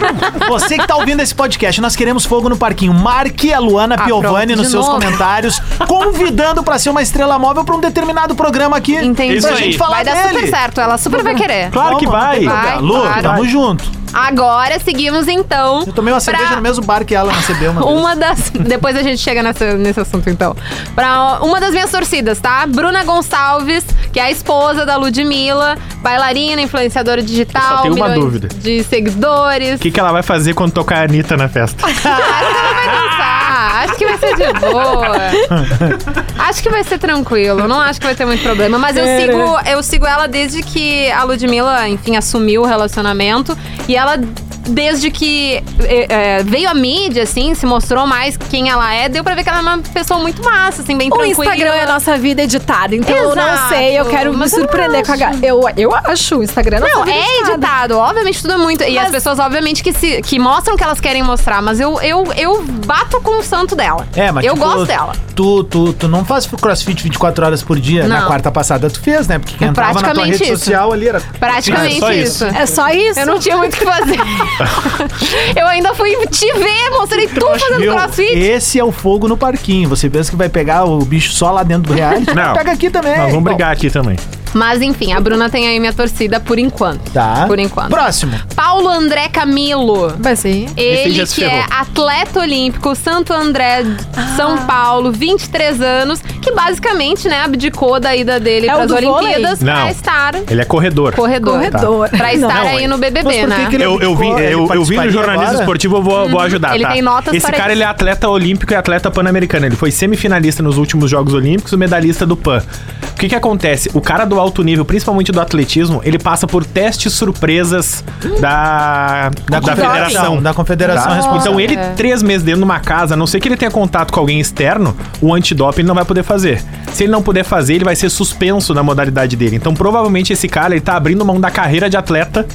Speaker 2: Você que tá ouvindo esse podcast, nós queremos fogo no parquinho. Marque a Luana Piovani
Speaker 3: pronto,
Speaker 2: nos
Speaker 3: de
Speaker 2: seus
Speaker 3: novo.
Speaker 2: comentários, convidando pra ser uma estrela móvel pra um determinado programa aqui.
Speaker 3: Entendi.
Speaker 5: Isso
Speaker 2: pra
Speaker 5: aí.
Speaker 2: gente falar
Speaker 3: vai dar
Speaker 2: dele.
Speaker 3: super certo, ela super vai querer.
Speaker 5: Claro que
Speaker 2: Vamos,
Speaker 5: vai.
Speaker 3: Vai,
Speaker 2: Lu,
Speaker 3: claro.
Speaker 2: tamo junto.
Speaker 3: Agora seguimos então.
Speaker 2: Eu tomei uma cerveja
Speaker 3: pra
Speaker 2: no mesmo bar que ela recebeu uma vez.
Speaker 3: Uma das. Depois a gente chega nessa- nesse assunto, então. Pra uma das minhas torcidas, tá? Bruna Gonçalves, que é a esposa da Ludmilla, bailarina, influenciadora digital,
Speaker 5: Eu só tenho uma
Speaker 3: milhões
Speaker 5: dúvida.
Speaker 3: de seguidores.
Speaker 5: O que, que ela vai fazer quando tocar a Anitta na festa?
Speaker 6: É,
Speaker 3: Acho que ela vai dançar. Acho que vai ser de boa. Acho que vai ser tranquilo. Não acho que vai ter muito problema. Mas eu sigo, eu sigo ela desde que a Ludmilla, enfim, assumiu o relacionamento. E ela. Desde que eh, eh, veio a mídia, assim, se mostrou mais quem ela é, deu pra ver que ela é uma pessoa muito massa, assim, bem
Speaker 4: O
Speaker 3: tranquila.
Speaker 4: Instagram é a nossa vida editada, então eu não
Speaker 3: Exato.
Speaker 4: sei, eu quero me
Speaker 3: Mas eu
Speaker 4: surpreender
Speaker 3: não
Speaker 4: com a ga- eu, eu acho o Instagram é nossa
Speaker 3: Não,
Speaker 4: vida
Speaker 3: é editado, obviamente tudo é muito. E
Speaker 4: Mas-
Speaker 3: as pessoas, obviamente, que, se, que mostram o que elas querem mostrar, mas eu, eu, eu bato com o santo dela. eu
Speaker 2: tipo,
Speaker 3: gosto dela.
Speaker 2: Tu, tu, tu não faz crossfit 24 horas por dia. Na
Speaker 3: Não.
Speaker 2: quarta passada tu fez, né? Porque quem
Speaker 3: É
Speaker 2: entrava na tua
Speaker 3: praticamente
Speaker 2: rede
Speaker 3: isso.
Speaker 2: social ali era.
Speaker 3: Praticamente
Speaker 5: É só
Speaker 3: isso.
Speaker 5: isso.
Speaker 4: É só isso.
Speaker 3: Eu não tinha muito o que fazer. eu ainda fui te ver, mostrei tu fazendo
Speaker 2: Viu?
Speaker 3: crossfit.
Speaker 2: Esse é o fogo no parquinho. Você pensa que vai pegar o bicho só lá dentro do reality?
Speaker 5: Não.
Speaker 2: Pega aqui também.
Speaker 5: Nós
Speaker 6: então.
Speaker 5: vamos
Speaker 2: Bom,
Speaker 5: brigar aqui também.
Speaker 3: Mas enfim, a Bruna tem aí minha torcida por enquanto.
Speaker 2: Tá.
Speaker 3: Por enquanto.
Speaker 2: Próximo.
Speaker 3: Paulo André Camilo.
Speaker 4: Vai ser.
Speaker 5: Esse
Speaker 3: Ele
Speaker 5: já se
Speaker 3: que é
Speaker 5: ferrou.
Speaker 3: atleta olímpico, Santo André,
Speaker 4: Ah.
Speaker 3: São Paulo, 23 anos, que basicamente, né, abdicou da ida dele
Speaker 4: É o
Speaker 3: para as
Speaker 4: do vôlei?
Speaker 3: Olimpíadas pra
Speaker 5: Não.
Speaker 3: estar
Speaker 5: Ele é corredor.
Speaker 3: corredor.
Speaker 4: Corredor.
Speaker 3: Pra
Speaker 4: Não,
Speaker 3: estar
Speaker 5: não,
Speaker 3: aí
Speaker 5: é.
Speaker 3: no BBB,
Speaker 2: Mas por que
Speaker 3: né?
Speaker 2: que ele
Speaker 5: Eu, eu vi,
Speaker 2: abdicou? Ele
Speaker 5: eu, eu vi no
Speaker 2: participaria
Speaker 5: jornalismo
Speaker 2: agora?
Speaker 5: esportivo, eu vou, vou ajudar.
Speaker 3: Uhum. Ele
Speaker 5: tá?
Speaker 3: tem notas
Speaker 5: Esse
Speaker 3: para
Speaker 5: cara
Speaker 3: isso.
Speaker 5: ele é atleta olímpico e atleta pan-americano. Ele foi semifinalista nos últimos Jogos Olímpicos e medalhista do PAN. O que, que acontece? O cara do alto nível, principalmente do atletismo, ele passa por testes surpresas da, da, federação.
Speaker 2: Da confederação
Speaker 5: Tá?
Speaker 2: responsável.
Speaker 5: Então ele, três meses dentro de uma casa, a não sei que ele tenha contato com alguém externo, o antidoping ele não vai poder fazer. Se ele não puder fazer, ele vai ser suspenso da modalidade dele. Então provavelmente esse cara, ele tá abrindo mão da carreira de atleta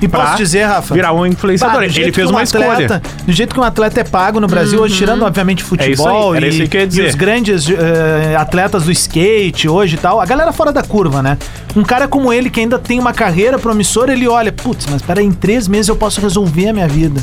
Speaker 2: E
Speaker 5: pra
Speaker 2: posso dizer, Rafa?
Speaker 5: virar um
Speaker 2: Bah,
Speaker 5: influenciador.
Speaker 2: do jeito
Speaker 5: ele fez
Speaker 2: que um
Speaker 5: uma
Speaker 2: atleta,
Speaker 5: escolha.
Speaker 2: Do jeito que um atleta é pago no Brasil, hoje, tirando, obviamente,
Speaker 5: aí,
Speaker 2: futebol
Speaker 5: era
Speaker 2: e,
Speaker 5: isso que eu ia
Speaker 2: e
Speaker 5: dizer.
Speaker 2: os grandes eh, atletas do skate hoje e tal, a galera fora da curva, né? Um cara como ele, que ainda tem uma carreira promissora, ele olha, putz, mas peraí, em três meses eu posso resolver a minha vida.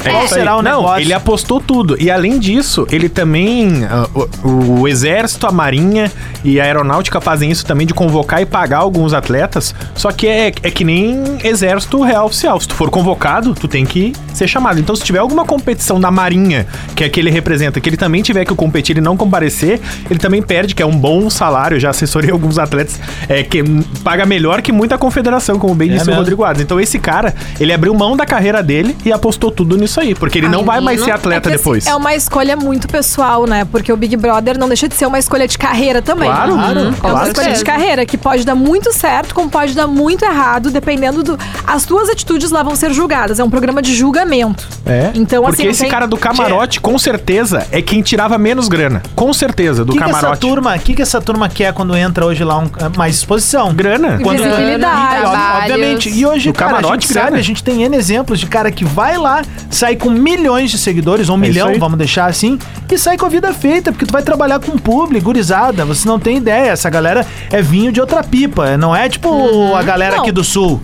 Speaker 2: Qual
Speaker 5: É isso
Speaker 2: será
Speaker 5: aí.
Speaker 2: o
Speaker 5: Não,
Speaker 2: negócio?
Speaker 5: ele apostou tudo. E além disso, ele também. ah, o, o exército, a marinha e a aeronáutica fazem isso também de convocar e pagar alguns atletas. Só que é, é que nem exército real oficial. Se tu for convocado, tu tem que ser chamado. Então, se tiver alguma competição da marinha, que é que ele representa, que ele também tiver que competir e não comparecer, ele também perde, que é um bom salário. Eu já assessorei alguns atletas é, que hum, paga melhor que muita confederação, como bem
Speaker 2: É
Speaker 5: disse o
Speaker 2: mesmo.
Speaker 5: Rodrigo. Guardas. Então esse cara, ele abriu mão da carreira dele e apostou tudo nisso aí, porque ele não vai mais ser atleta
Speaker 4: É que, assim,
Speaker 5: depois.
Speaker 4: é uma escolha muito pessoal, né? Porque o Big Brother não deixa de ser uma escolha de carreira também.
Speaker 5: Claro,
Speaker 4: né?
Speaker 5: claro,
Speaker 4: É uma
Speaker 5: claro.
Speaker 4: escolha de carreira que pode dar muito certo, como pode dar muito errado, dependendo do. As tuas atitudes lá vão ser julgadas. É um programa de julgamento.
Speaker 5: É.
Speaker 4: Então,
Speaker 5: porque
Speaker 4: assim, não
Speaker 5: esse
Speaker 4: tem-
Speaker 5: cara do camarote, com certeza, é quem tirava menos grana. Com certeza, do
Speaker 2: O que, que essa
Speaker 5: camarote.
Speaker 2: turma, que, que essa turma quer quando entra hoje lá um- mais exposição?
Speaker 5: Grana.
Speaker 2: Quando-
Speaker 4: Visibilidade.
Speaker 2: E, ó, obviamente. E hoje,
Speaker 5: No
Speaker 2: cara, a
Speaker 5: camarote,
Speaker 2: gente
Speaker 5: grana.
Speaker 2: sabe, a gente tem N exemplos de cara que vai lá, sai com milhões de seguidores, ou um
Speaker 5: É isso
Speaker 2: milhão,
Speaker 5: aí.
Speaker 2: vamos deixar assim, e sai com a vida feita, porque tu vai trabalhar com público, gurizada, você não tem ideia, essa galera é vinho de outra pipa, não é tipo a galera
Speaker 4: Não.
Speaker 2: aqui do Sul.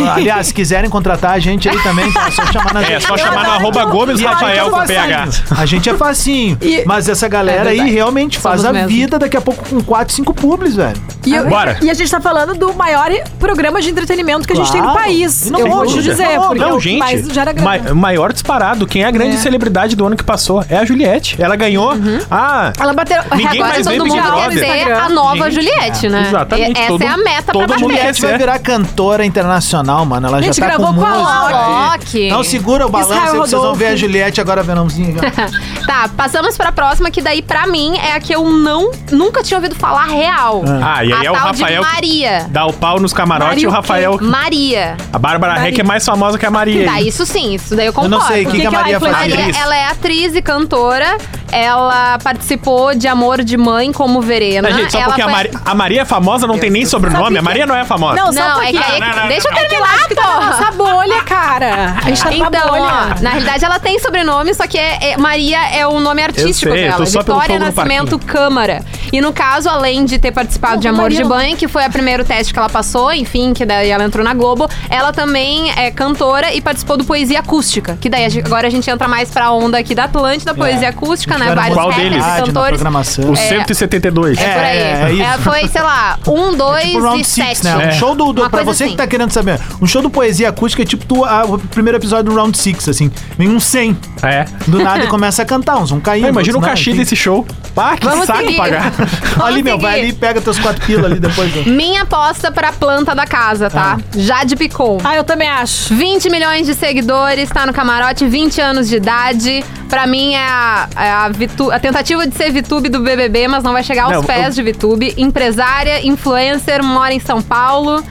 Speaker 2: Eu- Aliás, se quiserem contratar a gente aí também, tá? É só chamar na
Speaker 5: É, só chamar no
Speaker 4: adoro
Speaker 5: arroba
Speaker 4: que o-
Speaker 5: Gomes
Speaker 2: E a gente
Speaker 5: Rafael
Speaker 2: é
Speaker 5: com
Speaker 2: facinho.
Speaker 5: PH.
Speaker 2: A gente é facinho.
Speaker 4: E-
Speaker 2: Mas essa galera aí
Speaker 3: verdade.
Speaker 2: realmente faz
Speaker 3: Somos
Speaker 2: a
Speaker 3: mesmo.
Speaker 2: vida daqui a pouco com 4, 5 públicos, velho.
Speaker 4: E, eu-
Speaker 5: Bora.
Speaker 4: e a gente tá falando do maior programa de entretenimento que a gente tem no
Speaker 2: Claro.
Speaker 4: país.
Speaker 2: E não
Speaker 4: eu
Speaker 2: tem
Speaker 4: vou te
Speaker 2: dúvida.
Speaker 4: dizer,
Speaker 2: Não,
Speaker 4: porque
Speaker 5: Não,
Speaker 4: é o que
Speaker 5: gente.
Speaker 4: mais gera
Speaker 5: ma-
Speaker 4: grana.
Speaker 5: Maior, maior disparado. Quem é a grande celebridade do ano que passou é a Juliette. Ela ganhou.
Speaker 4: Uhum.
Speaker 5: Ah,
Speaker 4: Ela bateu.
Speaker 5: Ninguém
Speaker 3: Agora
Speaker 5: mais vê
Speaker 3: todo
Speaker 5: Big
Speaker 3: mundo quer
Speaker 5: Brother.
Speaker 3: ser a nova
Speaker 5: Gente,
Speaker 3: Juliette, né?
Speaker 5: exatamente,
Speaker 3: E- Essa
Speaker 5: todo-
Speaker 3: é a meta pra
Speaker 5: todo mundo
Speaker 3: bater.
Speaker 5: quer
Speaker 2: Juliette vai
Speaker 5: é.
Speaker 2: virar cantora internacional, mano. Ela
Speaker 4: Gente,
Speaker 2: já tá com
Speaker 4: gravou com a
Speaker 2: música.
Speaker 3: Loki.
Speaker 5: Então,
Speaker 2: Não segura o balanço, aí
Speaker 4: Israel
Speaker 2: vocês vão
Speaker 4: Rodolfo. Então
Speaker 2: ver a Juliette agora verãozinho.
Speaker 3: Tá, passamos pra próxima, que daí pra mim é a que eu não, nunca tinha ouvido falar real.
Speaker 5: Ah, e aí
Speaker 3: a
Speaker 5: é o
Speaker 3: tal
Speaker 5: Rafael
Speaker 3: de
Speaker 5: que-
Speaker 3: Maria.
Speaker 5: Dá o pau nos camarotes
Speaker 4: Maria
Speaker 5: e o
Speaker 4: o quê?
Speaker 5: Rafael.
Speaker 3: Maria.
Speaker 5: A Bárbara Reck é mais famosa que a Maria.
Speaker 3: Tá,
Speaker 5: aí.
Speaker 3: isso sim, isso daí eu
Speaker 2: Eu
Speaker 3: concordo.
Speaker 2: não sei o que, que a
Speaker 4: que ela
Speaker 2: Maria
Speaker 4: influencia?
Speaker 2: fazia.
Speaker 3: Maria,
Speaker 5: atriz.
Speaker 3: ela é atriz e cantora. Ela participou de Amor de Mãe como Verena.
Speaker 5: Tá,
Speaker 4: né?
Speaker 5: gente, só
Speaker 3: ela
Speaker 5: porque a,
Speaker 3: foi-
Speaker 5: Mari- a Maria é famosa, não tem nem sobrenome. A Maria não é famosa.
Speaker 4: Não, só
Speaker 3: Não, é que
Speaker 4: porque-
Speaker 3: aí...
Speaker 5: Não, não, não,
Speaker 3: Deixa eu
Speaker 5: não. É
Speaker 3: terminar,
Speaker 4: Acho que tá na
Speaker 3: porra.
Speaker 4: nossa bolha, cara. A gente tá numa
Speaker 3: Então,
Speaker 4: bolha.
Speaker 3: ó, na realidade ela tem sobrenome, só que é- é- Maria é o nome artístico
Speaker 5: Eu sei, eu
Speaker 3: dela.
Speaker 5: tô só pelo
Speaker 3: Vitória
Speaker 5: fogo no
Speaker 3: Nascimento Câmara. E no caso, além de ter participado de Amor de Banho, que foi o primeiro teste que ela passou, enfim, que daí ela entrou na Globo, ela também é cantora e participou do Poesia Acústica. Que daí a gente- agora a gente entra mais pra onda aqui da Atlântida, Poesia Acústica, né? Vários
Speaker 5: Qual
Speaker 3: rappers,
Speaker 5: deles? Ah,
Speaker 2: Na
Speaker 3: cantores.
Speaker 2: programação.
Speaker 5: O 172.
Speaker 3: É,
Speaker 2: É,
Speaker 3: por aí.
Speaker 2: é, é isso.
Speaker 3: É, foi, sei lá, um, dois
Speaker 2: Tipo round
Speaker 3: e
Speaker 2: six,
Speaker 3: sete.
Speaker 2: né? Um
Speaker 5: É.
Speaker 2: show do. do
Speaker 3: Uma
Speaker 2: pra
Speaker 3: coisa
Speaker 2: você
Speaker 3: assim.
Speaker 2: que tá querendo saber, um show do poesia acústica é tipo tu- a- o primeiro episódio do round six, assim. Vem um 100.
Speaker 5: É.
Speaker 2: Do nada e começa a cantar, uns vão caindo.
Speaker 5: Não, imagina o
Speaker 2: outros não, um
Speaker 5: cachê
Speaker 2: enfim.
Speaker 5: desse show. Pá, que
Speaker 3: Vamos
Speaker 5: saco
Speaker 3: seguir.
Speaker 5: pagar.
Speaker 3: Vamos
Speaker 2: Ali, meu,
Speaker 3: seguir.
Speaker 2: vai ali e pega teus quatro pila ali depois. né?
Speaker 3: Minha aposta pra planta da casa, tá? Jade Picon.
Speaker 4: Ah, eu também acho.
Speaker 3: 20 milhões de seguidores, tá no camarote, 20 anos de idade. Pra mim é a, é a, Vitu- a tentativa de ser VTube do BBB, mas não vai chegar aos
Speaker 5: Não,
Speaker 3: pés de VTube. Empresária, influencer, mora em São Paulo.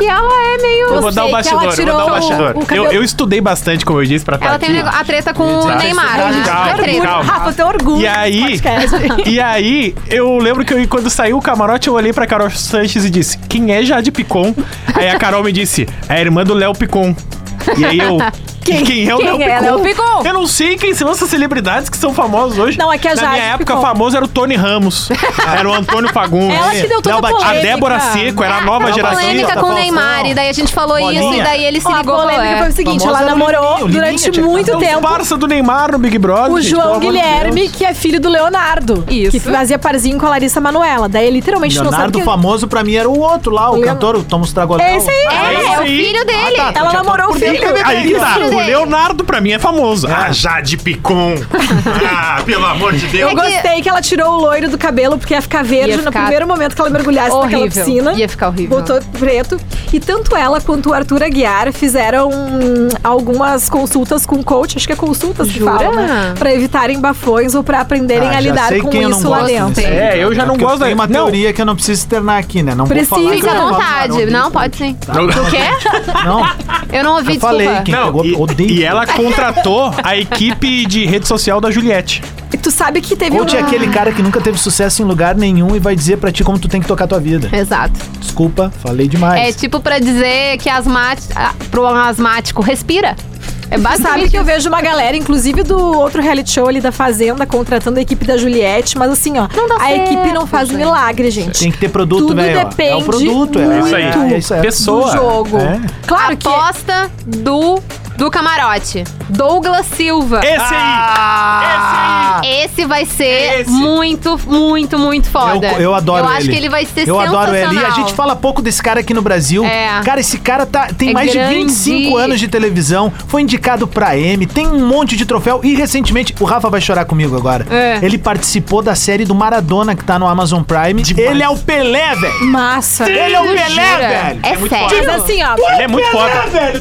Speaker 3: E ela é meio.
Speaker 5: Eu vou dar o
Speaker 4: que
Speaker 5: bastidor,
Speaker 4: ela
Speaker 5: eu vou dar o
Speaker 4: tirou
Speaker 5: bastidor.
Speaker 4: o
Speaker 5: eu,
Speaker 4: cabelo-
Speaker 5: eu estudei bastante, como eu disse, pra estar
Speaker 3: Ela tem um
Speaker 5: aqui.
Speaker 3: nego- a treta com o
Speaker 5: Tá.
Speaker 3: Neymar, né?
Speaker 5: Calma,
Speaker 3: a treta.
Speaker 5: calma.
Speaker 4: Rafa, eu tenho orgulho.
Speaker 5: E
Speaker 4: desse
Speaker 5: aí,
Speaker 4: podcast.
Speaker 5: e aí, eu lembro que eu- quando saiu o camarote, eu olhei pra Carol Sanches e disse: Quem é Jade Picon? Aí a Carol me disse: É a irmã do Léo Picon. E aí eu. Quem, quem é o
Speaker 4: quem
Speaker 5: Léo
Speaker 4: é
Speaker 5: Picon?
Speaker 4: Léo Picon?
Speaker 5: Eu não sei quem são essas celebridades que são famosas hoje.
Speaker 4: Não, é que a
Speaker 5: Na minha
Speaker 4: Jade
Speaker 5: época,
Speaker 4: Picon.
Speaker 5: famoso era o Tony Ramos. era o Antônio Fagundes.
Speaker 4: Ela que deu toda
Speaker 2: Léo
Speaker 4: a
Speaker 2: Batista.
Speaker 5: a
Speaker 4: polêmica. É,
Speaker 5: Débora Seco era a nova
Speaker 3: Uma
Speaker 5: geração. tá
Speaker 3: polêmica com o Neymar, e daí a gente falou isso,
Speaker 2: Bolinha.
Speaker 3: e daí ele se
Speaker 4: Ó, a
Speaker 3: ligou.
Speaker 4: polêmica
Speaker 3: é.
Speaker 4: foi o seguinte,
Speaker 2: Famosa
Speaker 4: ela
Speaker 2: era o
Speaker 4: namorou
Speaker 2: Liminho, Liminha
Speaker 4: durante
Speaker 2: tinha que
Speaker 4: muito
Speaker 2: casar.
Speaker 5: Os
Speaker 4: tempo
Speaker 5: É um parça do Neymar no Big Brother.
Speaker 4: o
Speaker 5: gente,
Speaker 4: João
Speaker 5: pelo amor de
Speaker 4: Guilherme,
Speaker 5: Deus.
Speaker 4: que é filho do Leonardo.
Speaker 3: Isso.
Speaker 4: Que fazia parzinho com a Larissa Manuela. Daí, literalmente, não sabe
Speaker 2: Leonardo
Speaker 4: que...
Speaker 2: famoso pra mim era o outro lá, o
Speaker 4: Leon-
Speaker 2: cantor, o Thomas Tragolau.
Speaker 4: É esse aí.
Speaker 5: Ah,
Speaker 3: É,
Speaker 5: isso
Speaker 3: é o
Speaker 5: aí.
Speaker 3: filho dele.
Speaker 2: Ah, tá.
Speaker 4: Ela
Speaker 2: Já tô
Speaker 4: namorou o
Speaker 2: por dentro.
Speaker 4: filho.
Speaker 5: Aí que tá.
Speaker 3: Filho
Speaker 5: O
Speaker 3: dele.
Speaker 5: Leonardo, pra mim, é famoso. Ah,
Speaker 7: Jade Picon. Ah, pelo amor de Deus.
Speaker 4: Eu gostei que ela tirou o loiro do cabelo, porque ia ficar verde
Speaker 3: É Ia
Speaker 4: no
Speaker 3: ficar
Speaker 4: primeiro momento que ela mergulhasse naquela
Speaker 3: horrível.
Speaker 4: piscina.
Speaker 3: Ia ficar horrível.
Speaker 4: Botou preto. E tanto ela quanto o Arthur Aguiar fizeram hum, algumas consultas com o coach, acho que é consultas que
Speaker 3: Jura?
Speaker 4: falam, né? Pra evitarem bafões ou pra aprenderem
Speaker 2: Ah,
Speaker 4: a
Speaker 2: já
Speaker 4: lidar
Speaker 2: sei
Speaker 4: com
Speaker 2: quem eu não
Speaker 4: isso lá
Speaker 2: gosto
Speaker 4: dentro.
Speaker 2: nesse
Speaker 5: É, eu já não
Speaker 2: Porque
Speaker 5: gosto da-
Speaker 2: Tem uma
Speaker 5: não.
Speaker 2: teoria que eu não preciso externar aqui, né? Não
Speaker 4: Precisa,
Speaker 2: vou falar.
Speaker 3: Fica à
Speaker 4: Não,
Speaker 3: vontade. Não, pode sim. O quê?
Speaker 2: Não,
Speaker 3: Eu não
Speaker 2: eu
Speaker 3: ouvi, desculpa.
Speaker 2: falei quem
Speaker 5: Não,
Speaker 2: pegou,
Speaker 5: e,
Speaker 2: odeio.
Speaker 5: e ela contratou a equipe de rede social da Juliette.
Speaker 4: E tu sabe que teve
Speaker 2: Coach é aquele cara que nunca teve sucesso em lugar nenhum e vai dizer pra ti como tu tem que tocar tua vida.
Speaker 3: Exato.
Speaker 2: Desculpa, falei
Speaker 3: É
Speaker 2: demais.
Speaker 3: tipo pra dizer que asmati- ah, pro asmático respira. É
Speaker 4: Sabe
Speaker 3: basicamente
Speaker 4: que eu vejo uma galera, inclusive do outro reality show ali da Fazenda, contratando a equipe da Juliette, mas assim, ó, a
Speaker 3: certo,
Speaker 4: equipe não faz um
Speaker 3: gente.
Speaker 4: milagre, gente.
Speaker 2: tem que ter produto,
Speaker 4: tudo
Speaker 2: velho. ó. É o
Speaker 4: depende
Speaker 2: produto, é,
Speaker 4: muito
Speaker 2: é, é, é isso aí.
Speaker 5: Pessoa.
Speaker 4: Do jogo.
Speaker 2: É.
Speaker 4: Claro que
Speaker 3: aposta do, do camarote. Douglas Silva.
Speaker 2: Ah,
Speaker 5: Esse Ah, aí! É
Speaker 3: Esse vai ser
Speaker 5: Esse.
Speaker 3: muito, muito, muito foda.
Speaker 2: Eu, eu adoro
Speaker 3: Eu
Speaker 2: ele.
Speaker 3: acho que ele vai ser
Speaker 2: Eu
Speaker 3: sensacional.
Speaker 2: adoro ele. E a gente fala pouco desse cara aqui no Brasil.
Speaker 3: É.
Speaker 2: Cara, esse cara tá, tem
Speaker 3: É
Speaker 2: mais
Speaker 3: grande.
Speaker 2: de 25 anos de televisão. Foi indicado pra M. Tem um monte de troféu. E recentemente, o Rafa vai chorar comigo agora.
Speaker 3: É.
Speaker 2: Ele participou da série do Maradona que tá no Amazon Prime. Ele é o Pelé, velho.
Speaker 4: massa.
Speaker 2: Ele é o
Speaker 3: Tu
Speaker 2: Pelé,
Speaker 3: jura?
Speaker 2: velho.
Speaker 3: É, sério.
Speaker 4: Mas assim, ó,
Speaker 5: Ele é muito foda.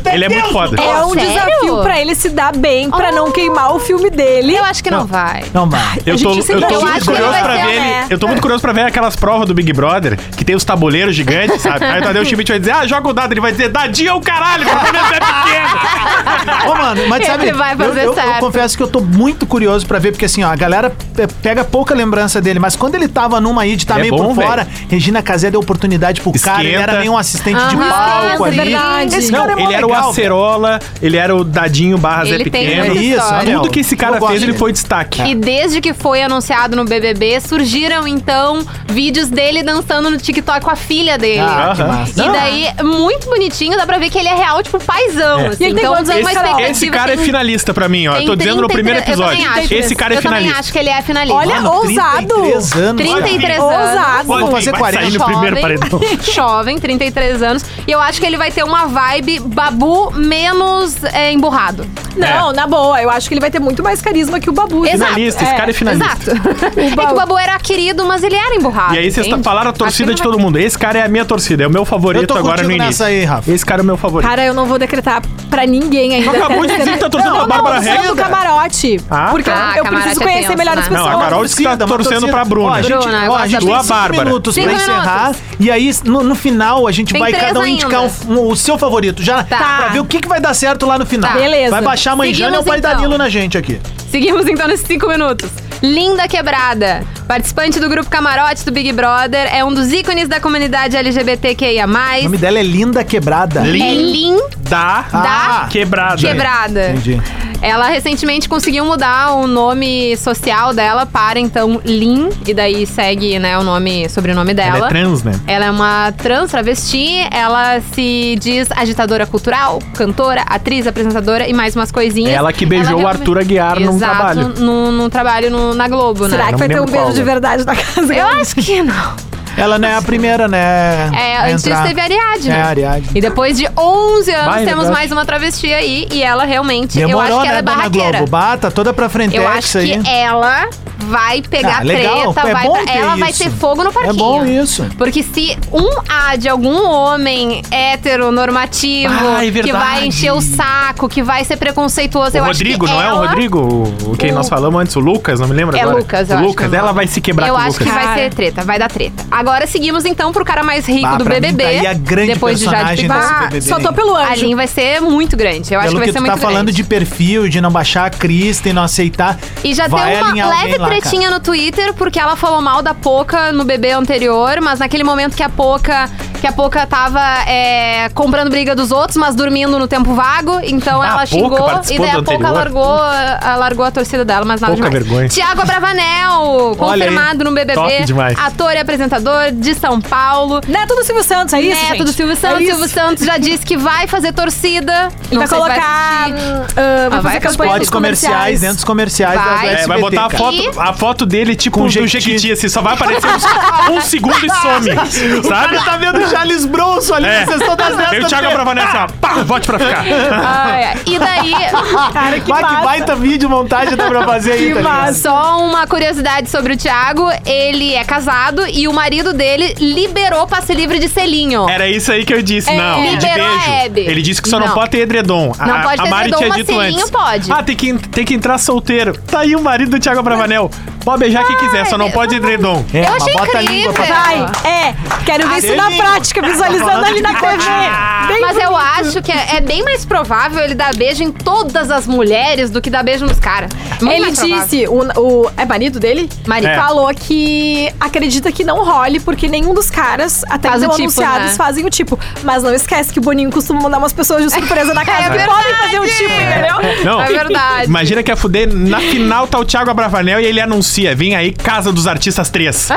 Speaker 2: tá
Speaker 5: Ele é muito foda.
Speaker 4: é um
Speaker 3: sério? Oh.
Speaker 4: desafio pra ele se dar bem, pra não queimar o filme dele.
Speaker 3: Eu acho que não, vai.
Speaker 2: Não, vai.
Speaker 5: Eu tô,
Speaker 4: gente sempre- né?
Speaker 5: eu tô
Speaker 4: eu
Speaker 5: muito
Speaker 4: acho que ele
Speaker 5: curioso
Speaker 4: vai
Speaker 5: pra
Speaker 4: ser
Speaker 5: ver
Speaker 4: o
Speaker 3: É.
Speaker 4: Pelé.
Speaker 5: ele. Eu tô muito curioso pra ver aquelas provas do Big Brother, que tem os tabuleiros gigantes, sabe? Aí o Tadeu Schmidt vai dizer, ah, joga o dado. Ele vai dizer, dadinho é o caralho, meu cabeça é pequena.
Speaker 2: Ô, mano, mas sabe,
Speaker 3: Ele vai fazer
Speaker 2: eu, eu- eu
Speaker 3: certo.
Speaker 2: confesso que eu tô muito curioso pra ver, porque assim, ó, a galera pe- pega pouca lembrança dele, mas quando ele tava numa aí de tá
Speaker 5: Ele é
Speaker 2: meio
Speaker 5: bom,
Speaker 2: por fora, Regina Casé deu oportunidade pro cara, ele
Speaker 5: Esquenta.
Speaker 2: era meio um assistente de
Speaker 3: Aham,
Speaker 2: palco
Speaker 3: esquenta,
Speaker 2: ali.
Speaker 4: verdade.
Speaker 2: Esse
Speaker 5: Não,
Speaker 2: cara é mó
Speaker 5: ele era o
Speaker 2: legal,
Speaker 5: Acerola, ele era o dadinho barra Zé
Speaker 3: Ele tem
Speaker 5: Pequeno.
Speaker 2: É
Speaker 3: muita
Speaker 2: isso,
Speaker 3: história.
Speaker 2: meu.
Speaker 5: Tudo que esse cara
Speaker 2: Eu gosto
Speaker 5: fez, ele
Speaker 2: dele.
Speaker 5: foi destaque.
Speaker 2: É.
Speaker 3: E desde que foi anunciado no BBB, surgiram então vídeos dele dançando no TikTok com a filha dele.
Speaker 2: Ah, que
Speaker 5: Aham.
Speaker 2: massa.
Speaker 3: E daí, muito bonitinho, dá pra ver que ele é real, tipo, paizão.
Speaker 5: É.
Speaker 3: assim.
Speaker 4: E ele tem
Speaker 3: então,
Speaker 4: quantos anos,
Speaker 3: uma
Speaker 4: Carol?
Speaker 3: expectativa
Speaker 5: Esse cara é
Speaker 3: assim,
Speaker 5: finalista pra mim, ó.
Speaker 3: tem
Speaker 5: tô dizendo no
Speaker 3: 33
Speaker 5: primeiro
Speaker 3: Eu
Speaker 5: episódio.
Speaker 3: também acho.
Speaker 5: Esse cara é
Speaker 3: Eu também
Speaker 5: finalista.
Speaker 3: acho que ele é finalista.
Speaker 4: Olha,
Speaker 2: Mano,
Speaker 4: ousado.
Speaker 2: 33 anos, cara.
Speaker 3: 33
Speaker 4: Ousado.
Speaker 3: anos.
Speaker 2: Vou fazer
Speaker 5: Vai
Speaker 2: 40.
Speaker 5: sair tá no primeiro paredão.
Speaker 3: jovem, 33 anos. E eu acho que ele vai ter uma vibe babu menos é emburrado.
Speaker 4: Não, na boa, eu acho que ele vai ter muito mais carisma que o Babu.
Speaker 3: Exato.
Speaker 5: Finalista, é. esse
Speaker 4: é,
Speaker 5: cara é finalista.
Speaker 3: Exato. é que o Babu era querido, mas ele era emburrado.
Speaker 5: E aí vocês tá-
Speaker 3: entende?
Speaker 5: falaram a
Speaker 3: Acho que
Speaker 5: torcida
Speaker 3: ele
Speaker 5: de
Speaker 3: não
Speaker 5: todo mundo. Esse cara é a minha torcida, é o meu
Speaker 2: Eu
Speaker 5: favorito
Speaker 2: tô
Speaker 5: agora no
Speaker 2: contigo
Speaker 5: início.
Speaker 2: nessa aí, Rafa.
Speaker 5: Esse cara é o meu favorito.
Speaker 4: Cara, eu não vou decretar pra ninguém ainda.
Speaker 5: acabou de dizer que tá torcendo
Speaker 4: Não,
Speaker 5: pra Bárbara
Speaker 4: não, tô falando do
Speaker 5: Regra.
Speaker 4: camarote.
Speaker 5: Ah,
Speaker 4: porque eu-
Speaker 3: tá.
Speaker 4: eu,
Speaker 3: Ah, camarote
Speaker 4: preciso
Speaker 3: é
Speaker 4: conhecer
Speaker 3: tenso,
Speaker 4: melhor as
Speaker 3: né?
Speaker 4: pessoas.
Speaker 5: Não, a Carol disse que tá
Speaker 2: Torcida, uma
Speaker 5: torcendo
Speaker 2: torcida.
Speaker 5: pra Bruna.
Speaker 2: Ó, a gente,
Speaker 3: Bruna,
Speaker 2: ó, a
Speaker 3: agora
Speaker 2: gente
Speaker 3: tá
Speaker 2: tem
Speaker 5: bem.
Speaker 2: cinco
Speaker 5: Boa, Bárbara.
Speaker 2: minutos
Speaker 3: Cinco
Speaker 2: pra encerrar.
Speaker 3: minutos.
Speaker 2: E aí, no, no final, a gente
Speaker 3: Tem
Speaker 2: vai
Speaker 3: três
Speaker 2: cada um
Speaker 3: ainda.
Speaker 2: indicar um- um- o seu favorito. Já
Speaker 3: Tá.
Speaker 2: Pra ver o que, que vai dar certo lá no final.
Speaker 3: Tá.
Speaker 4: Beleza.
Speaker 2: Vai baixar a mãe
Speaker 3: Seguimos,
Speaker 2: Jana e o pai
Speaker 3: então.
Speaker 2: Danilo na gente aqui.
Speaker 3: Seguimos então nos cinco minutos. Linda Quebrada, participante do grupo Camarote do Big Brother, é um dos ícones da comunidade LGBTQIA.
Speaker 2: O nome dela é Linda Quebrada.
Speaker 3: É linda
Speaker 5: Da,
Speaker 2: Ah,
Speaker 5: quebrada.
Speaker 3: Quebrada.
Speaker 2: Entendi.
Speaker 3: Ela recentemente conseguiu mudar o nome social dela para então Lin, e daí segue né, o nome, sobrenome dela.
Speaker 5: Ela é trans, né?
Speaker 3: Ela é uma trans travesti, ela se diz agitadora cultural, cantora, atriz, apresentadora e mais umas coisinhas.
Speaker 5: Ela que beijou o Arthur Aguiar num
Speaker 3: Exato,
Speaker 5: trabalho.
Speaker 3: Num, num trabalho no- na Globo,
Speaker 4: Será
Speaker 3: né?
Speaker 4: que
Speaker 5: não
Speaker 4: vai ter um
Speaker 5: lembro
Speaker 4: beijo
Speaker 5: qual,
Speaker 4: de
Speaker 5: né?
Speaker 4: verdade na casa?
Speaker 3: Eu acho que não.
Speaker 2: Ela não é a primeira, né?
Speaker 3: É,
Speaker 2: a
Speaker 3: antes
Speaker 2: entrar.
Speaker 3: teve a Ariadne.
Speaker 2: É, a Ariadne.
Speaker 3: E depois de 11 anos
Speaker 5: Vai,
Speaker 3: temos
Speaker 5: legal.
Speaker 3: mais uma travesti aí e ela realmente,
Speaker 2: Demorou,
Speaker 3: eu acho
Speaker 2: né,
Speaker 3: que ela é
Speaker 2: Dona
Speaker 3: barraqueira.
Speaker 2: Globo? Bata toda pra frente é
Speaker 3: Eu acho que é
Speaker 2: aí.
Speaker 3: ela vai pegar
Speaker 2: Ah, legal.
Speaker 3: treta,
Speaker 2: É
Speaker 3: vai
Speaker 2: bom
Speaker 3: pra-
Speaker 2: ter
Speaker 3: ela vai
Speaker 2: isso.
Speaker 3: ter fogo no parquinho.
Speaker 2: É bom isso.
Speaker 3: Porque se um há de algum homem heteronormativo
Speaker 5: Ah, é
Speaker 3: que
Speaker 5: verdade.
Speaker 3: vai encher o saco, que vai ser preconceituoso,
Speaker 5: O
Speaker 3: eu
Speaker 5: Rodrigo,
Speaker 3: acho que
Speaker 5: não
Speaker 3: ela...
Speaker 5: é o Rodrigo? O- o Quem
Speaker 3: O-
Speaker 5: nós falamos antes, o Lucas, não me lembro
Speaker 3: É
Speaker 5: agora.
Speaker 3: Lucas, eu
Speaker 5: o
Speaker 3: acho
Speaker 5: Lucas,
Speaker 3: que é o
Speaker 5: ela
Speaker 3: nome.
Speaker 5: vai se quebrar
Speaker 3: Eu
Speaker 5: com o
Speaker 3: acho
Speaker 5: Lucas.
Speaker 3: que vai
Speaker 4: Cara.
Speaker 3: ser treta, vai dar treta. Agora seguimos então pro cara mais rico
Speaker 2: Bah,
Speaker 3: do
Speaker 2: pra mim
Speaker 3: BBB.
Speaker 2: tá aí a grande
Speaker 3: depois de Jade
Speaker 2: personagem
Speaker 3: Picard.
Speaker 2: desse
Speaker 4: Ah,
Speaker 2: BBB
Speaker 4: só tô
Speaker 2: aí.
Speaker 4: pelo
Speaker 3: A
Speaker 4: anjo.
Speaker 3: Lin vai ser muito grande. Eu acho
Speaker 2: Pelo
Speaker 3: que vai
Speaker 2: que
Speaker 3: ser
Speaker 2: tu
Speaker 3: muito
Speaker 2: tá
Speaker 3: grande.
Speaker 2: falando de perfil, de não baixar a crista e não aceitar.
Speaker 3: E já
Speaker 2: vai
Speaker 3: deu uma
Speaker 2: alinhar
Speaker 3: leve
Speaker 2: alguém lá, cara.
Speaker 3: tretinha no Twitter, porque ela falou mal da Poca no bebê anterior, mas naquele momento que a Poca, que a Poca tava é, comprando briga dos outros, mas dormindo no tempo vago, então
Speaker 5: Ah,
Speaker 3: ela
Speaker 5: a Poca
Speaker 3: xingou e
Speaker 5: participou
Speaker 3: daí a
Speaker 5: do
Speaker 3: Poca
Speaker 5: anterior.
Speaker 3: largou, a- largou a torcida dela, mas nada
Speaker 5: Pouca
Speaker 3: demais.
Speaker 5: vergonha.
Speaker 3: Tiago Abravanel,
Speaker 5: Olha aí,
Speaker 3: confirmado no BBB,
Speaker 5: top demais.
Speaker 3: ator e apresentador de São Paulo.
Speaker 4: Neto do Silvio Santos, é isso,
Speaker 3: Neto
Speaker 4: gente?
Speaker 3: do Silvio
Speaker 4: É
Speaker 3: Santos,
Speaker 4: isso.
Speaker 3: Silvio Santos já disse que vai fazer torcida.
Speaker 4: Ele
Speaker 3: Não
Speaker 4: vai
Speaker 3: sei se
Speaker 4: colocar...
Speaker 3: assistir.
Speaker 4: ah,
Speaker 3: Ah, vai
Speaker 4: fazer
Speaker 3: com os
Speaker 4: campanha
Speaker 2: Potes
Speaker 4: nos
Speaker 2: comerciais, dentro dos comerciais
Speaker 3: Vai.
Speaker 2: da
Speaker 3: É,
Speaker 5: É,
Speaker 2: SBT,
Speaker 5: vai botar a
Speaker 2: cara.
Speaker 5: foto, a foto dele, tipo,
Speaker 2: Com
Speaker 5: um
Speaker 2: Jequiti.
Speaker 5: Jequiti, assim, só vai aparecer uns- um segundo e some, sabe?
Speaker 2: Ele tá vendo o Charles Bronson ali na
Speaker 5: É.
Speaker 2: sessão das 10
Speaker 5: Veio o Thiago Abravanel assim, ó, pá, vote pra ficar.
Speaker 3: Ai, ai. E daí,
Speaker 2: Cara, que,
Speaker 4: massa.
Speaker 2: baita vídeo montagem dá pra fazer aí,
Speaker 4: Que
Speaker 2: tá ligado?
Speaker 4: massa.
Speaker 3: Só uma curiosidade sobre o Thiago, ele é casado e o marido dele liberou passe livre de selinho.
Speaker 5: Era isso aí que eu disse,
Speaker 3: É,
Speaker 5: não, de
Speaker 3: liberou a
Speaker 5: beijo.
Speaker 3: Hebe.
Speaker 5: Ele disse que só não,
Speaker 3: Não.
Speaker 5: pode ter edredom. A-
Speaker 3: Não pode
Speaker 5: a
Speaker 3: ter
Speaker 5: Mari
Speaker 3: edredom,
Speaker 5: tinha
Speaker 3: mas
Speaker 5: dito
Speaker 3: selinho
Speaker 5: antes.
Speaker 3: pode.
Speaker 5: Ah, tem que, en- tem que entrar solteiro. Tá aí o marido do Thiago Abravanel. Pode beijar quem quiser, só não
Speaker 3: Deus,
Speaker 5: pode edredom.
Speaker 2: É,
Speaker 3: Eu
Speaker 2: mas
Speaker 3: achei
Speaker 2: bota a
Speaker 3: incrível.
Speaker 2: língua pra
Speaker 4: Vai, é. Quero ver isso na
Speaker 2: Selinho.
Speaker 4: prática, visualizando
Speaker 2: Falando
Speaker 4: ali
Speaker 2: de
Speaker 4: na TV.
Speaker 2: bigodinho.
Speaker 4: Bem
Speaker 3: Mas eu acho que é, é bem mais provável ele dar beijo em todas as mulheres do que dar beijo nos caras. Muito
Speaker 4: Ele
Speaker 3: mais provável.
Speaker 4: disse, o, o- é marido dele?
Speaker 3: Marido.
Speaker 4: Ele
Speaker 5: É.
Speaker 4: Falou que acredita que não role, porque nenhum dos caras, até
Speaker 3: Faz
Speaker 4: então
Speaker 3: o tipo,
Speaker 4: anunciados,
Speaker 3: né?
Speaker 4: fazem o tipo. Mas não esquece que o Boninho costuma mandar umas pessoas de surpresa na casa que podem fazer o tipo, entendeu?
Speaker 5: Não.
Speaker 3: É verdade.
Speaker 5: Imagina que ia fuder. Na final tá o Thiago Abravanel e ele anuncia: vem aí, Casa dos Artistas 3.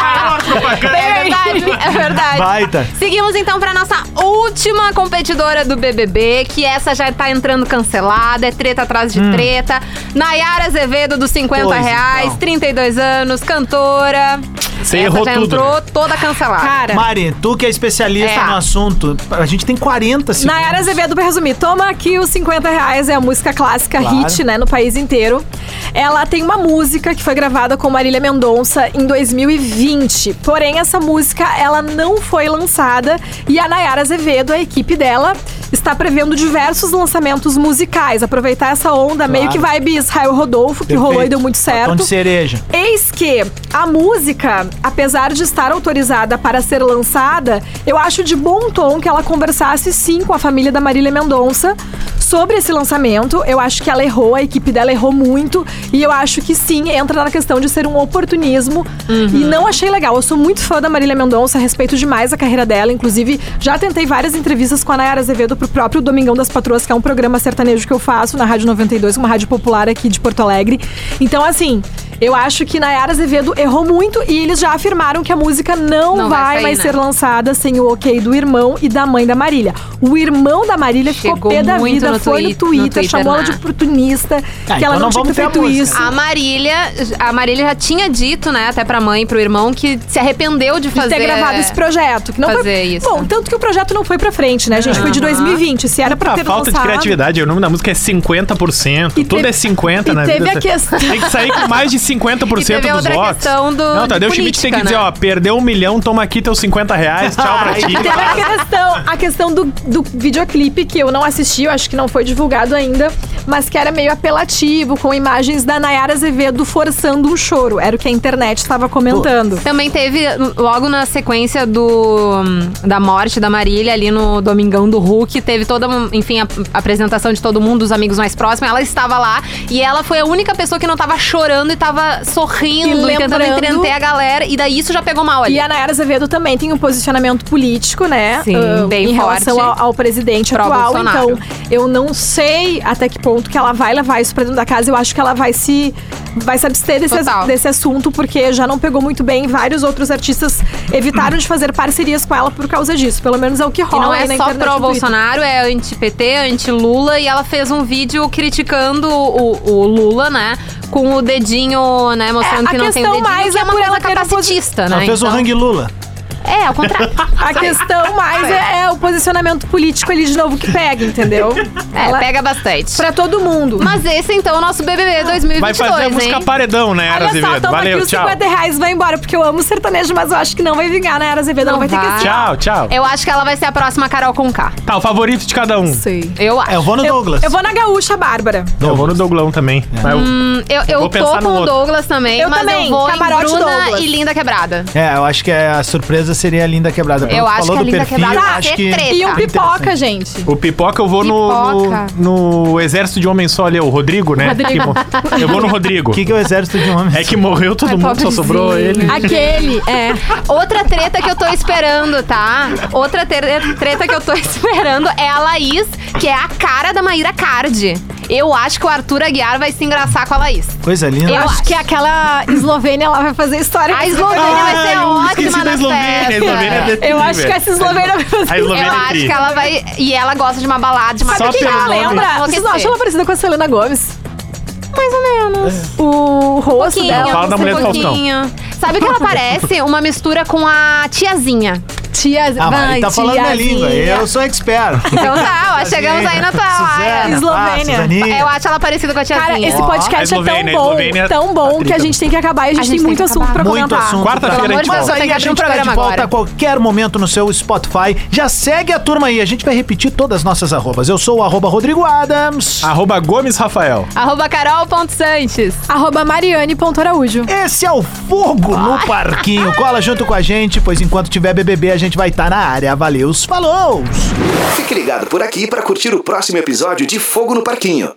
Speaker 7: Maior propaganda.
Speaker 3: É verdade, é verdade.
Speaker 2: Baita.
Speaker 3: Seguimos então pra nossa última competidora do BBB, que essa já tá entrando cancelada, é treta atrás de treta. Nayara Azevedo, dos 50
Speaker 2: Pois
Speaker 3: reais,
Speaker 2: então.
Speaker 3: 32 anos, cantora.
Speaker 5: Você
Speaker 3: essa
Speaker 5: errou
Speaker 3: já
Speaker 5: tudo,
Speaker 3: entrou toda cancelada.
Speaker 4: Cara,
Speaker 2: Mari, tu que é especialista
Speaker 3: É.
Speaker 2: no assunto, a gente tem 40 segundos.
Speaker 4: Nayara Azevedo, pra resumir, toma aqui os 50 reais, é a música clássica
Speaker 2: Claro.
Speaker 4: hit, né, no país inteiro. Ela tem uma música que foi gravada com Marília Mendonça em 2020. Porém, essa música, ela não foi lançada e a Nayara Azevedo, a equipe dela, está prevendo diversos lançamentos musicais. Aproveitar essa onda, meio que vibe Israel Rodolfo, que rolou e
Speaker 2: Perfeito.
Speaker 4: deu muito
Speaker 2: Batom
Speaker 4: certo.
Speaker 2: de cereja.
Speaker 4: Eis que a música, apesar de estar autorizada para ser lançada, eu acho de bom tom que ela conversasse sim com a família da Marília Mendonça sobre esse lançamento. Eu acho que ela errou, a equipe dela errou muito. E eu acho que sim, entra na questão de ser um oportunismo.
Speaker 3: Uhum.
Speaker 4: E não achei legal. Eu sou muito fã da Marília Mendonça, respeito demais a carreira dela. Inclusive, já tentei várias entrevistas com a Nayara Azevedo pro próprio Domingão das Patroas, que é um programa sertanejo que eu faço na Rádio 92, uma rádio popular aqui de Porto Alegre. Então, assim. Eu acho que Nayara Azevedo errou muito e eles já afirmaram que a música não,
Speaker 3: Não vai
Speaker 4: vai,
Speaker 3: sair,
Speaker 4: mais
Speaker 3: né?
Speaker 4: ser lançada sem o ok do irmão e da mãe da Marília. O irmão da Marília ficou
Speaker 3: Chegou
Speaker 4: pé da
Speaker 3: muito
Speaker 4: vida,
Speaker 3: no
Speaker 4: foi
Speaker 3: twi-
Speaker 4: no Twitter,
Speaker 3: no Twitter,
Speaker 4: chamou ela de
Speaker 3: né? Ah,
Speaker 4: oportunista,
Speaker 2: Ah,
Speaker 4: que
Speaker 2: então
Speaker 4: ela não
Speaker 2: não
Speaker 4: tinha
Speaker 2: vamos ter a
Speaker 4: feito
Speaker 2: música.
Speaker 4: isso.
Speaker 3: A Marília, a Marília já tinha dito, né, até pra mãe e pro irmão, que se arrependeu de
Speaker 4: de
Speaker 3: fazer... é.
Speaker 4: ter gravado esse projeto. Que não
Speaker 3: fazer
Speaker 4: foi...
Speaker 3: isso.
Speaker 4: Bom, tanto que o projeto não foi pra frente, né, gente? Foi de
Speaker 3: Aham.
Speaker 4: 2020. Se era pra
Speaker 5: A
Speaker 4: ter
Speaker 5: falta de
Speaker 4: lançado-
Speaker 5: criatividade, o nome da música é 50%.
Speaker 4: E
Speaker 5: tudo
Speaker 4: teve-
Speaker 5: é 50
Speaker 4: e
Speaker 5: na
Speaker 4: teve
Speaker 5: vida.
Speaker 4: a questão-
Speaker 5: Tem que sair com mais de 50%
Speaker 3: E teve
Speaker 5: dos
Speaker 3: outra
Speaker 5: votos.
Speaker 3: questão do-
Speaker 5: Não, tá,
Speaker 3: de
Speaker 5: Tadeu Schmidt tem
Speaker 3: política,
Speaker 5: que dizer,
Speaker 3: né?
Speaker 5: ó, perdeu um milhão, toma aqui teus 50 reais, tchau pra ti.
Speaker 4: Teve a questão, a questão do, do videoclipe que eu não assisti, eu acho que não foi divulgado ainda, mas que era meio apelativo, com imagens da Nayara Azevedo forçando um choro. Era o que a internet estava comentando.
Speaker 3: Também teve, logo na sequência do, da morte da Marília, ali no Domingão do Hulk, teve toda, enfim, a, a apresentação de todo mundo, dos amigos mais próximos. Ela estava lá e ela foi a única pessoa que não tava chorando e tava
Speaker 4: E
Speaker 3: sorrindo, e tentando
Speaker 4: lembrando-
Speaker 3: entreter a galera. E daí isso já pegou mal ali.
Speaker 4: E a Nayara Azevedo também tem um posicionamento político, né?
Speaker 3: Sim,
Speaker 4: Ah,
Speaker 3: bem
Speaker 4: em
Speaker 3: forte.
Speaker 4: relação ao, ao presidente
Speaker 3: Pró
Speaker 4: atual.
Speaker 3: Bolsonaro.
Speaker 4: Então, eu não sei até que ponto que ela vai levar isso pra dentro da casa. Eu acho que ela vai se vai se abster desse,
Speaker 3: Total.
Speaker 4: desse assunto, porque já não pegou muito bem. Vários outros artistas evitaram de fazer parcerias com ela por causa disso. Pelo menos é o que
Speaker 3: E
Speaker 4: rola.
Speaker 3: não
Speaker 4: aí
Speaker 3: é
Speaker 4: na
Speaker 3: só
Speaker 4: internet e no Twitter.
Speaker 3: pró-Bolsonaro, é anti-PT, anti-Lula. E ela fez um vídeo criticando o, o Lula, né? Com o dedinho, né? Mostrando
Speaker 4: É, a
Speaker 3: que não tem o
Speaker 4: questão
Speaker 3: dedinho.
Speaker 4: mais
Speaker 3: que é
Speaker 4: é
Speaker 3: uma
Speaker 4: por
Speaker 3: coisa
Speaker 4: ela ter uma posi-
Speaker 3: capacitista,
Speaker 2: Ela
Speaker 3: né?
Speaker 2: fez o
Speaker 3: Então-
Speaker 2: Hang Lula.
Speaker 3: É, ao contrário.
Speaker 4: A questão mais é, é o posicionamento político ali de novo que pega, entendeu?
Speaker 3: É,
Speaker 4: Ela-
Speaker 3: pega bastante.
Speaker 4: Pra todo mundo.
Speaker 3: Mas esse, então, é o nosso BBB 2022,
Speaker 5: Vai fazer a
Speaker 3: hein?
Speaker 5: música paredão, né, Ara
Speaker 4: Olha só,
Speaker 5: Azevedo?
Speaker 4: toma aqui
Speaker 5: Valeu,
Speaker 4: os
Speaker 5: tchau.
Speaker 4: 50 reais e vai embora, porque eu amo sertanejo, mas eu acho que não vai vingar, né, Era Azevedo? Não,
Speaker 3: Não
Speaker 4: vai ter que
Speaker 3: vai.
Speaker 4: assistir.
Speaker 5: Tchau, tchau.
Speaker 3: Eu acho que ela vai ser a próxima Carol Conká.
Speaker 5: Tá, o favorito de cada um.
Speaker 4: Sei.
Speaker 3: Eu acho.
Speaker 2: É, eu vou no
Speaker 4: Eu,
Speaker 2: Douglas.
Speaker 4: eu vou na gaúcha, Bárbara.
Speaker 5: Eu vou no Douglão também. Mas eu-
Speaker 3: hum, Eu, eu
Speaker 5: Vou
Speaker 3: tô
Speaker 5: pensar
Speaker 3: com
Speaker 5: no
Speaker 3: o
Speaker 5: outro.
Speaker 3: Douglas também,
Speaker 4: Eu
Speaker 3: mas
Speaker 4: também,
Speaker 3: eu vou em
Speaker 4: camarote
Speaker 3: Bruna
Speaker 4: Douglas.
Speaker 3: e Linda Quebrada.
Speaker 2: É, eu acho que é, a surpresa seria a Linda Quebrada. Pelo
Speaker 3: Eu acho
Speaker 2: falou
Speaker 3: que a
Speaker 2: do
Speaker 3: Linda
Speaker 2: perfil,
Speaker 3: Quebrada
Speaker 2: eu
Speaker 3: vai
Speaker 2: acho
Speaker 3: ser
Speaker 2: que...
Speaker 3: treta.
Speaker 4: E um
Speaker 3: Tá.
Speaker 4: pipoca, gente.
Speaker 5: O pipoca eu vou no,
Speaker 3: Pipoca.
Speaker 5: no, no Exército de Homem Só ali, o Rodrigo, né? Que mo- Eu vou no Rodrigo.
Speaker 2: O que, que é o exército de homens?
Speaker 5: É que morreu todo
Speaker 3: Ai,
Speaker 5: mundo, só
Speaker 3: pobrezinho.
Speaker 5: sobrou ele.
Speaker 4: Aquele, é.
Speaker 3: Outra treta que eu tô esperando, tá? Outra tre- treta que eu tô esperando é a Laís, que é a cara da Maíra Cardi. Eu acho que o Arthur Aguiar vai se engraçar com a Laís.
Speaker 2: Coisa linda.
Speaker 4: Eu acho que aquela Eslovênia lá vai fazer história.
Speaker 3: A Eslovênia vai ser
Speaker 5: eu Ah, esqueci
Speaker 3: ótima
Speaker 5: da
Speaker 3: na
Speaker 5: Eslovênia, a Eslovênia
Speaker 3: festa.
Speaker 5: é
Speaker 4: Eu acho que essa Eslovênia vai fazer.
Speaker 5: A
Speaker 3: Eu
Speaker 5: Eslovênia é
Speaker 3: acho
Speaker 5: tri.
Speaker 3: que ela vai. E ela gosta de uma balada, de uma
Speaker 5: Só
Speaker 4: Sabe quem
Speaker 5: pelo
Speaker 4: ela
Speaker 5: nome.
Speaker 4: lembra? Vocês não acham ela parecida com a Selena Gomes? Mais ou menos. O rosto
Speaker 3: pouquinho,
Speaker 4: dela.
Speaker 5: É. Fala da mulher do Faustão.
Speaker 3: Sabe o que ela parece? Uma mistura com a tiazinha.
Speaker 4: Tia,
Speaker 2: Ah, mas
Speaker 4: vai,
Speaker 2: ele tá falando minha
Speaker 4: tiazinha.
Speaker 2: língua. Eu sou expert.
Speaker 3: Então tá, ó, chegamos aí na tua
Speaker 2: Suzana,
Speaker 3: área.
Speaker 4: Eslovênia.
Speaker 2: Eslovênia.
Speaker 3: Eu acho ela parecida com a tiazinha.
Speaker 4: Cara, esse
Speaker 2: Ó,
Speaker 4: podcast
Speaker 5: a Eslovênia,
Speaker 2: né?
Speaker 4: é
Speaker 5: a
Speaker 4: tão bom,
Speaker 5: Eslovênia
Speaker 4: tão bom, que a gente tem que acabar e a gente, tem muito
Speaker 3: que
Speaker 4: assunto
Speaker 3: acabar.
Speaker 4: pra
Speaker 2: Tá Muito
Speaker 4: comentar.
Speaker 2: assunto.
Speaker 5: Quarta-feira
Speaker 2: pra-
Speaker 3: Pelo
Speaker 5: a gente
Speaker 3: amor de
Speaker 2: Mas
Speaker 3: volta.
Speaker 2: aí
Speaker 3: Tem
Speaker 2: a
Speaker 3: que abrir
Speaker 2: gente
Speaker 3: um
Speaker 2: vai de
Speaker 3: programa
Speaker 2: volta
Speaker 3: agora.
Speaker 2: a qualquer momento no seu Spotify. Já segue a turma aí. A gente vai repetir todas as nossas arrobas. Eu sou o arroba Rodrigo Adams.
Speaker 5: Arroba Gomes Rafael.
Speaker 3: Arroba carol.sanches.
Speaker 4: Arroba Mariane.araújo.
Speaker 2: Esse é o Fogo no Parquinho. Cola junto com a gente, pois enquanto tiver BBB, a gente vai estar na área. Valeu, falou!
Speaker 1: Fique ligado por aqui para curtir o próximo episódio de Fogo no Parquinho.